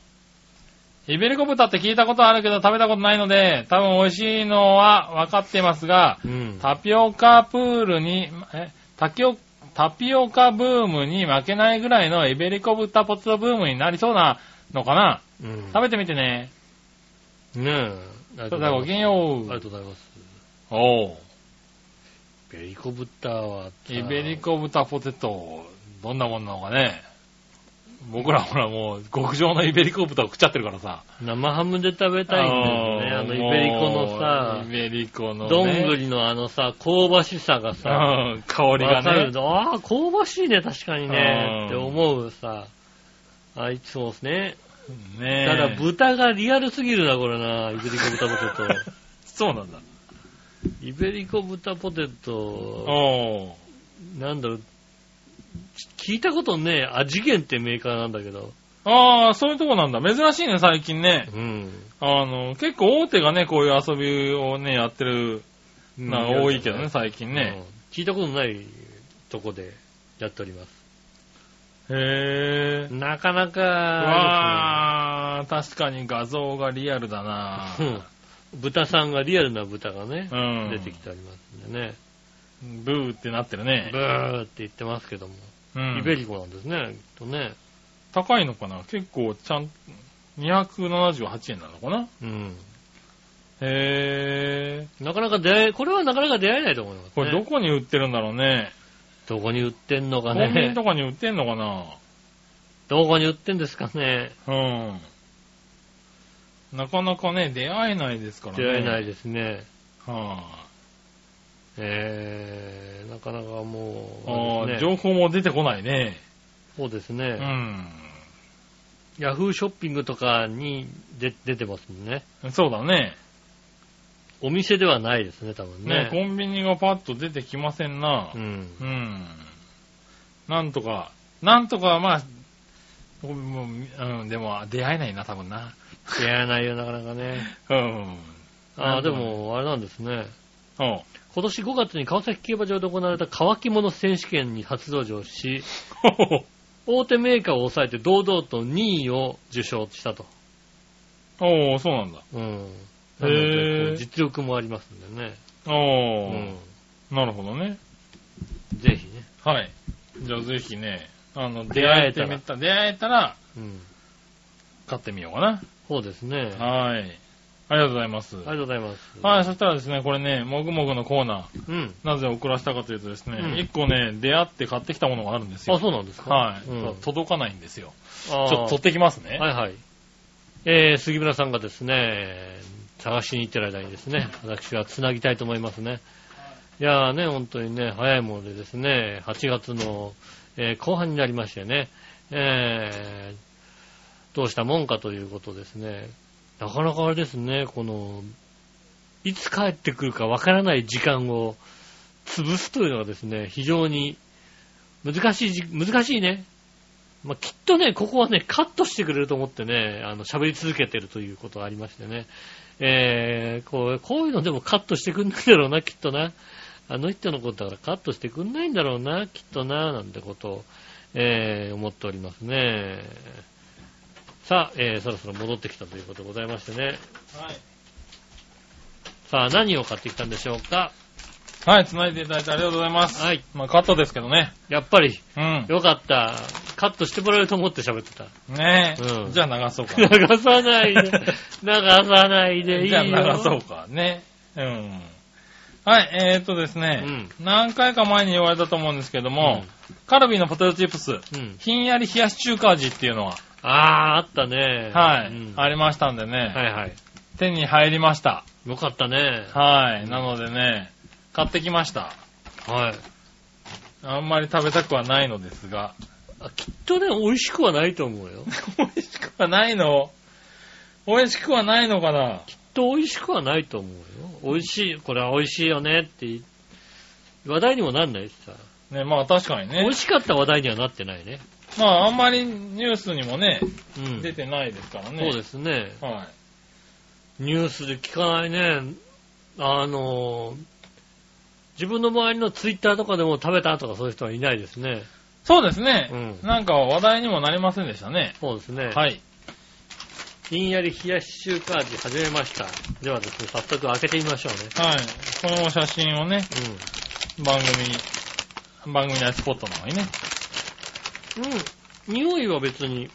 C: ー。イベリコ豚って聞いたことあるけど食べたことないので、多分美味しいのは分かってますが、
B: うん。
C: タピオカプールに、え、タキオ、タピオカブームに負けないぐらいのイベリコ豚ポテトブームになりそうなのかな
B: うん
C: 食べてみてね。
B: ねえ。ありが
C: そ
B: とうご
C: れで
B: ざい
C: は
B: ま
C: ご
B: す
C: きげんよ
B: ありが
C: う。
B: とうございます。
C: おう。
B: ベリコ豚は、
C: イベリコ豚ポテト、どんなもんなのかね。僕らほらもう、極上のイベリコ豚を食っちゃってるからさ。
B: 生ハムで食べたいんだよね。あの、イベリコのさ
C: もうイ、ベリコのね、
B: どんぐりのあのさ、香ばしさがさ、
C: うん、香りが
B: わか
C: ね
B: る。のああ、香ばしいね、確かに
C: う
B: ね
C: ん、
B: って思うさ。あいつもですね。
C: ねえ
B: ただ、豚がリアルすぎるな、これな。イベリコ豚ポテ ト。
C: そうなんだ。
B: イベリコ豚ポテト、
C: おう
B: なんだろう、聞いたことねえ、味源ってメーカーなんだけど。
C: ああ、そういうとこなんだ。珍しいね、最近ね。
B: うん。
C: あの、結構大手がね、こういう遊びをね、やってるのが多いけどね、最近ね。
B: うん。聞いたことないとこでやっております。
C: へえ。
B: なかなか、
C: わあ、確かに画像がリアルだな
B: あれですねうん豚さんがリアルな豚がね、
C: うん。
B: 出てきておりますんでね。
C: ブーってなってる
B: ブ
C: ね。
B: ーって言ってますけども。
C: うん
B: イベリコなんですね、きっとね。
C: 高いのかな結構ちゃん、278円なのかな
B: うん。
C: へえ。
B: なかなか出会え、これはなかなか出会えないと思います、ね。
C: これどこに売ってるんだろうね。
B: どこに売ってんの
C: コ
B: か
C: ンビニ
B: ね
C: と。かに売ってんのかな
B: どこに売ってんですかね。
C: うん。なかなかね、出会えないですからね。
B: 出会えないですね。
C: は
B: えー、なかなかも
C: あ、
B: う、
C: あ
B: あ
C: あ
B: れですね、
C: 情報も出てこないね。
B: そうです
C: う
B: ね。
C: ん。
B: ヤフーショッピングとかに出出てますもんね。
C: そうだね。
B: お店ではないですね、多分ね。
C: ねコンビニがパッと出てきませんな
B: う。ん。
C: うん。なんとか、なんとか、まあ、僕もうん、でも出会えないな、多分な。
B: 出会えないよ、なかなかね。
C: うん。
B: あ
C: な
B: あ、
C: んと
B: で
C: なく
B: も、あれなんですね。
C: おう
B: 今年5月に川崎競馬場で行われた乾き物選手権に初登場し、大手メーカーを抑えて堂々と2位を受賞したと。
C: おうそうなんだ。
B: うん。
C: へー
B: なので実力もありますんでね。う
C: おう、
B: ん。
C: なるほどね。
B: ぜひね。
C: はい。じゃあぜひね、あの、
B: 出
C: 出
B: 会
C: 会
B: え
C: え
B: た
C: て
B: ら
C: みた、出会えたら、
B: うん。
C: 買ってみようか
B: そうですね。
C: な。はい。ありがとうございます。
B: ありがとうございます。
C: はい、そしたらですね、これね、もぐもぐのコーナー、
B: うん。
C: なぜ送らせたかというとですね、
B: うん
C: 1個ね、出会って買ってきたものがあるんです
B: あ、
C: よ。
B: そうなんですか
C: はい、
B: うん、
C: 届かないんですよ。
B: ち
C: ちょっと取ってきますね。
B: はいはい。えー、杉村さんがですね、探しに行ってる間にですね、私は繋ぎたいと思いますね。いやーね、本当にね、早いものでですね、8月の、えー後半になりましてね、えー、どうしたもんかということですね。なかなかあれですね、この、いつ帰ってくるかわからない時間を潰すというのがですね、非常に難しいじ、難しいね、まあ、きっとね、ここはね、カットしてくれると思ってね、あの、喋り続けてるということがありましてね。えー、こう、こういうのでもカットしてくんないだろうな、きっとな。あの人のことだからカットしてくんないんだろうな、きっとな、なんてことを、えー、思っておりますね。さあ、えー、そろそろ戻ってきたということでございましてね。
C: はい。
B: さあ、何を買ってきたんでしょうか
C: はい、繋いでいただいてありがとうございます。
B: はい。
C: まあ、カットですけどね。
B: やっぱり、
C: うん。
B: よかった。カットしてもらえると思って喋ってた。
C: ねえ、
B: うん
C: じゃあ流そうか。
B: 流さないで、流さないでいい
C: じゃ
B: よ。
C: あ流そうか。ね。うん。はい、えー、っとですね、何回か前に言われたと思うんですけども、カルビーのポテトチップス、
B: うん。うん。
C: ひんやり冷やし中華味っていうのは、
B: ああー、あったね。
C: はい、
B: うん
C: ありましたんでね、
B: はいはい。
C: 手に入りました。
B: よかったね。
C: はい、なのでね、買ってきました。
B: はい。
C: あんまり食べたくはないので すが、
B: あきっとね、美味しくはないと思うよ。きっ
C: 美味しくはないの美味しくはないのかな
B: と美味しくはないと思うよ。美味しい、これは美味しいよねって言い、話題にもなんないしさ。
C: ね、まあ確かに
B: 美
C: ね
B: 味。しかった話題にはなってないね。
C: まああんまりニュースにもね、
B: うん。
C: 出てないですからね。
B: そうですね。
C: は
B: ニュースで聞かないね。あのー、自分の周りのツイッターとかでも食べたとかそういう人はいないですね。
C: い。そうですね。
B: うん
C: なんか話題にもなりませんでしたね。
B: そうですね。
C: はい。
B: ひんやり冷やし中華味始めました。ではですね、早速開けてみましょうね。
C: はい。この写真をね、番組に、番組のスポットの方にね。
B: うん。匂いは別に、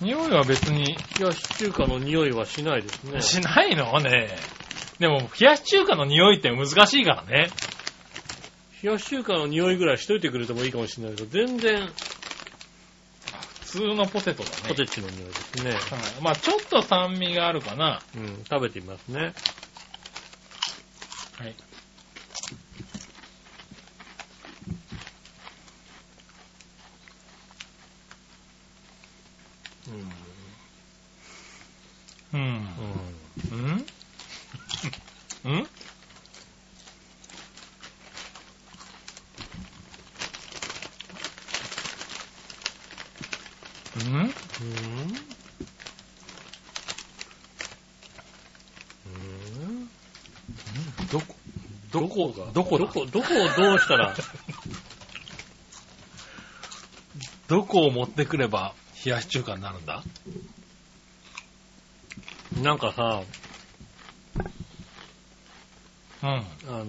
C: 匂いは別に
B: 冷やし中華の匂いはしないですね。
C: しないのね。でも、冷やし中華の匂いって難しいからね。
B: 冷やし中華の匂いぐらいしといてくれてもいいかもしれないけど、全然
C: 普通のポテトだね。
B: ポテチの匂いですね。
C: はいまあちょっと酸味があるかな。
B: うん、食べてみますね。
C: はい。うん。うん。うん。うん
B: うん。うん。
C: どこ
B: どこが
C: どこだ
B: どこ、どこをどうしたら、
C: どこを持ってくれば冷やし中華になるんだ
B: なんかさ、
C: うん。
B: あの、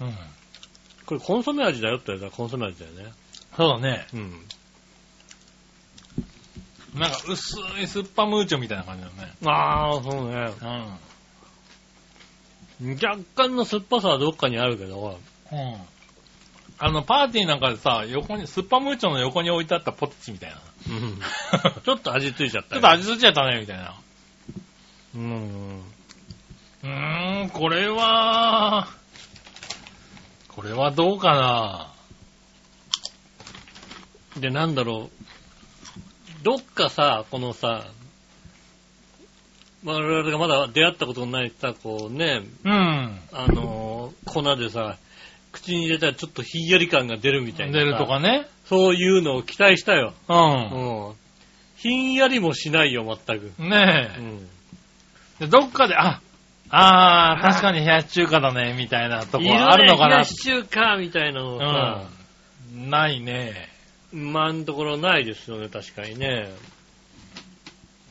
C: うん。
B: これコンソメ味だよって言われたらコンソメ味だよね。
C: そうだね。
B: うん。
C: なんか薄いスッパムーチョみたいな感じだね。
B: ああ、そうね。若干の酸っぱさはどっかにあるけど、
C: うん。うん。あの、パーティーなんかでさ、横に、スッパムーチョの横に置いてあったポテチみたい な。
B: うん
C: ちょ
B: ちょっと味ついちゃった
C: っ
B: よ
C: と味ついちゃったね、みたいな。
B: うん。
C: うーん、これは、これはどうかな。
B: で、なんだろう。どっかさ、このさ、我々がまだ出会ったことのないさ、こうね、
C: うん。
B: あのー粉でさ、口に入れたらちょっとひんやり感が出るみたいなさ。
C: 出るとかね。
B: そういうのを期待したよ。
C: う
B: うん。ひんやりもしないよ、全く。
C: ん。ね
B: う
C: え。
B: ん。
C: でどっかで、あ、あー、確かに冷やし中華だね、みたいなとこはあるのか
B: いるね冷
C: な
B: や。し中華みたいなのをさ、
C: うん。ないね。
B: 今のところないですよね、確かにね。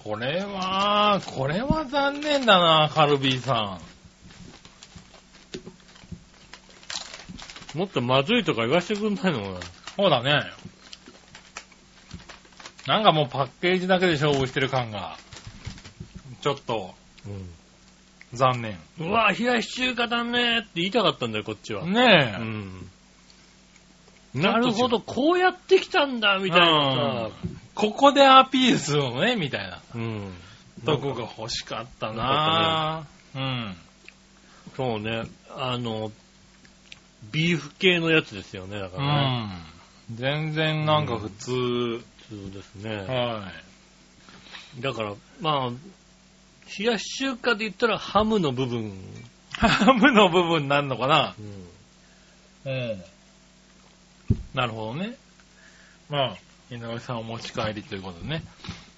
C: これは、これは残念だな、カルビーさ
B: もっとまずいとか言わせてくんないのかな。
C: ん。そうだね。なんかもうパッケージだけで勝負してる感が、ちょっと残念。
B: うん。うわ、冷やし中華だねって言いたかったんだよ、こっちは。
C: ねえ。
B: うん。
C: ちょっと違う
B: なるほど、こうやってきたんだ、みたいなさ。
C: ここでアピールするのね、みたいな。
B: うん。
C: とこが欲しかったなぁ。うん。
B: そうね。あの、ビーフ系のやつですよね、だか
C: う
B: らね。
C: ん。全然なんか普通。
B: 普通ですね。
C: は
B: だから、まあ、冷やし中華で言ったらハムの部分。
C: い。ハムの部分になるのかな
B: うん
C: うん。なるほどね。まあ、井上さんお持ち帰りということでね。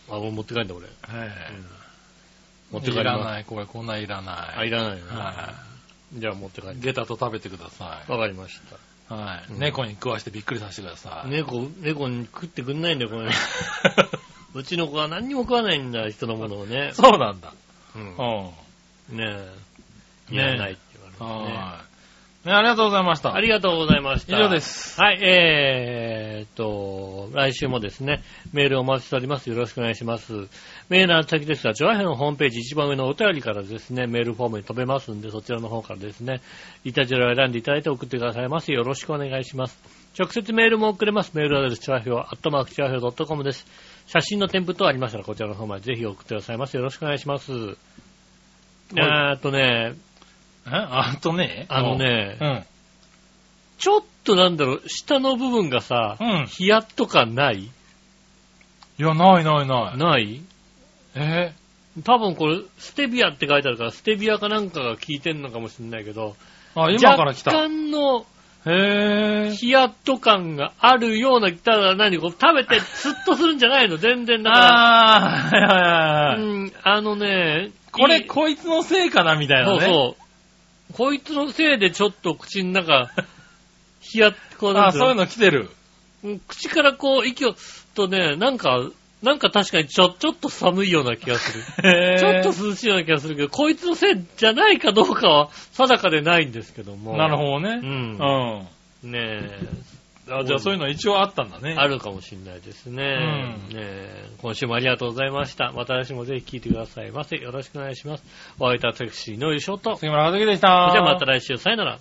B: あ、俺持って帰んだ、俺。
C: はい。
B: 持って帰り
C: いら
B: ます。
C: ない、これ、こんなんいら
B: あ、
C: ないい。
B: らないよね。
C: は
B: じゃあ持って帰
C: い。
B: る。
C: ゲタと食べてくださ
B: わかりました。
C: い。はい。
B: うん
C: 猫に食わしてびっくりさせてください。
B: 猫、猫に食ってくんないんだよ、こ れ。うちの子は何にも食わないんだ、人のものをね。
C: そうなんだ。
B: うん
C: う
B: ねえ。
C: ん。ねえ
B: いらないって言われてね。
C: はい。ね、ありがとうございました。
B: ありがとうございました。。
C: 以上です
B: はい、えーっと、来週もですね、メールをお待ちしております。よろしくお願いします。メールの宛先ですが、ジョアヘのホームページ一番上のお便りからですね、メールフォームに飛べますんで、そちらの方からですね、イタジェラを選んでいただいて送ってくださいます。よろしくお願いします。直接メールも送れます。メールアドレス、チョアヘオ、アットマークチョアヘオ .com です。写真の添付等ありましたら、こちらの方までぜひ送ってくださいます。よろしくお願いします。えーっとね、
C: えあとね。
B: あのね
C: う、ん。
B: ちょっとなんだろう、下の部分がさ、
C: うん。
B: ヒヤッと感ない
C: いや、ないないない。
B: ない
C: え
B: 多分これ、ステビアって書いてあるから、ステビアかなんかが効いてんのかもしれないけど、
C: あ、今から来た。
B: 若干の
C: へぇ
B: ヒヤッと感があるような、ただ何こう食べてスッとするんじゃないの全然だか
C: あー、はいは
B: ら。
C: いはい。
B: うん、あのね、
C: これ、
B: いい
C: こいつのせいかな、みたいな
B: そう
C: ね。
B: そう。こいつのせいでちょっと口の中、 ヒヤッとこうなん
C: あ、
B: て
C: そういうの来てる。
B: うん口からこう息を吸うとね、なんか、なんか確かにちょ、ちょっと寒いような気がする。
C: へ
B: ちょっ
C: ー
B: と涼しいような気がするけど、こいつのせいじゃないかどうかは定かでないんですけども。
C: なるほど
B: う。
C: ね。うんん。
B: ねえ。
C: あじゃあそういうの一応あったんだね。
B: あるかもしれないですね。
C: ん
B: ねえ今週もありがとうございました。また来週もぜひ聞いてくださいませ。よろしくお願いします。お相手はタクシーの優勝と。それ
C: 杉村和樹でした。
B: じゃあまた来週、さよなら。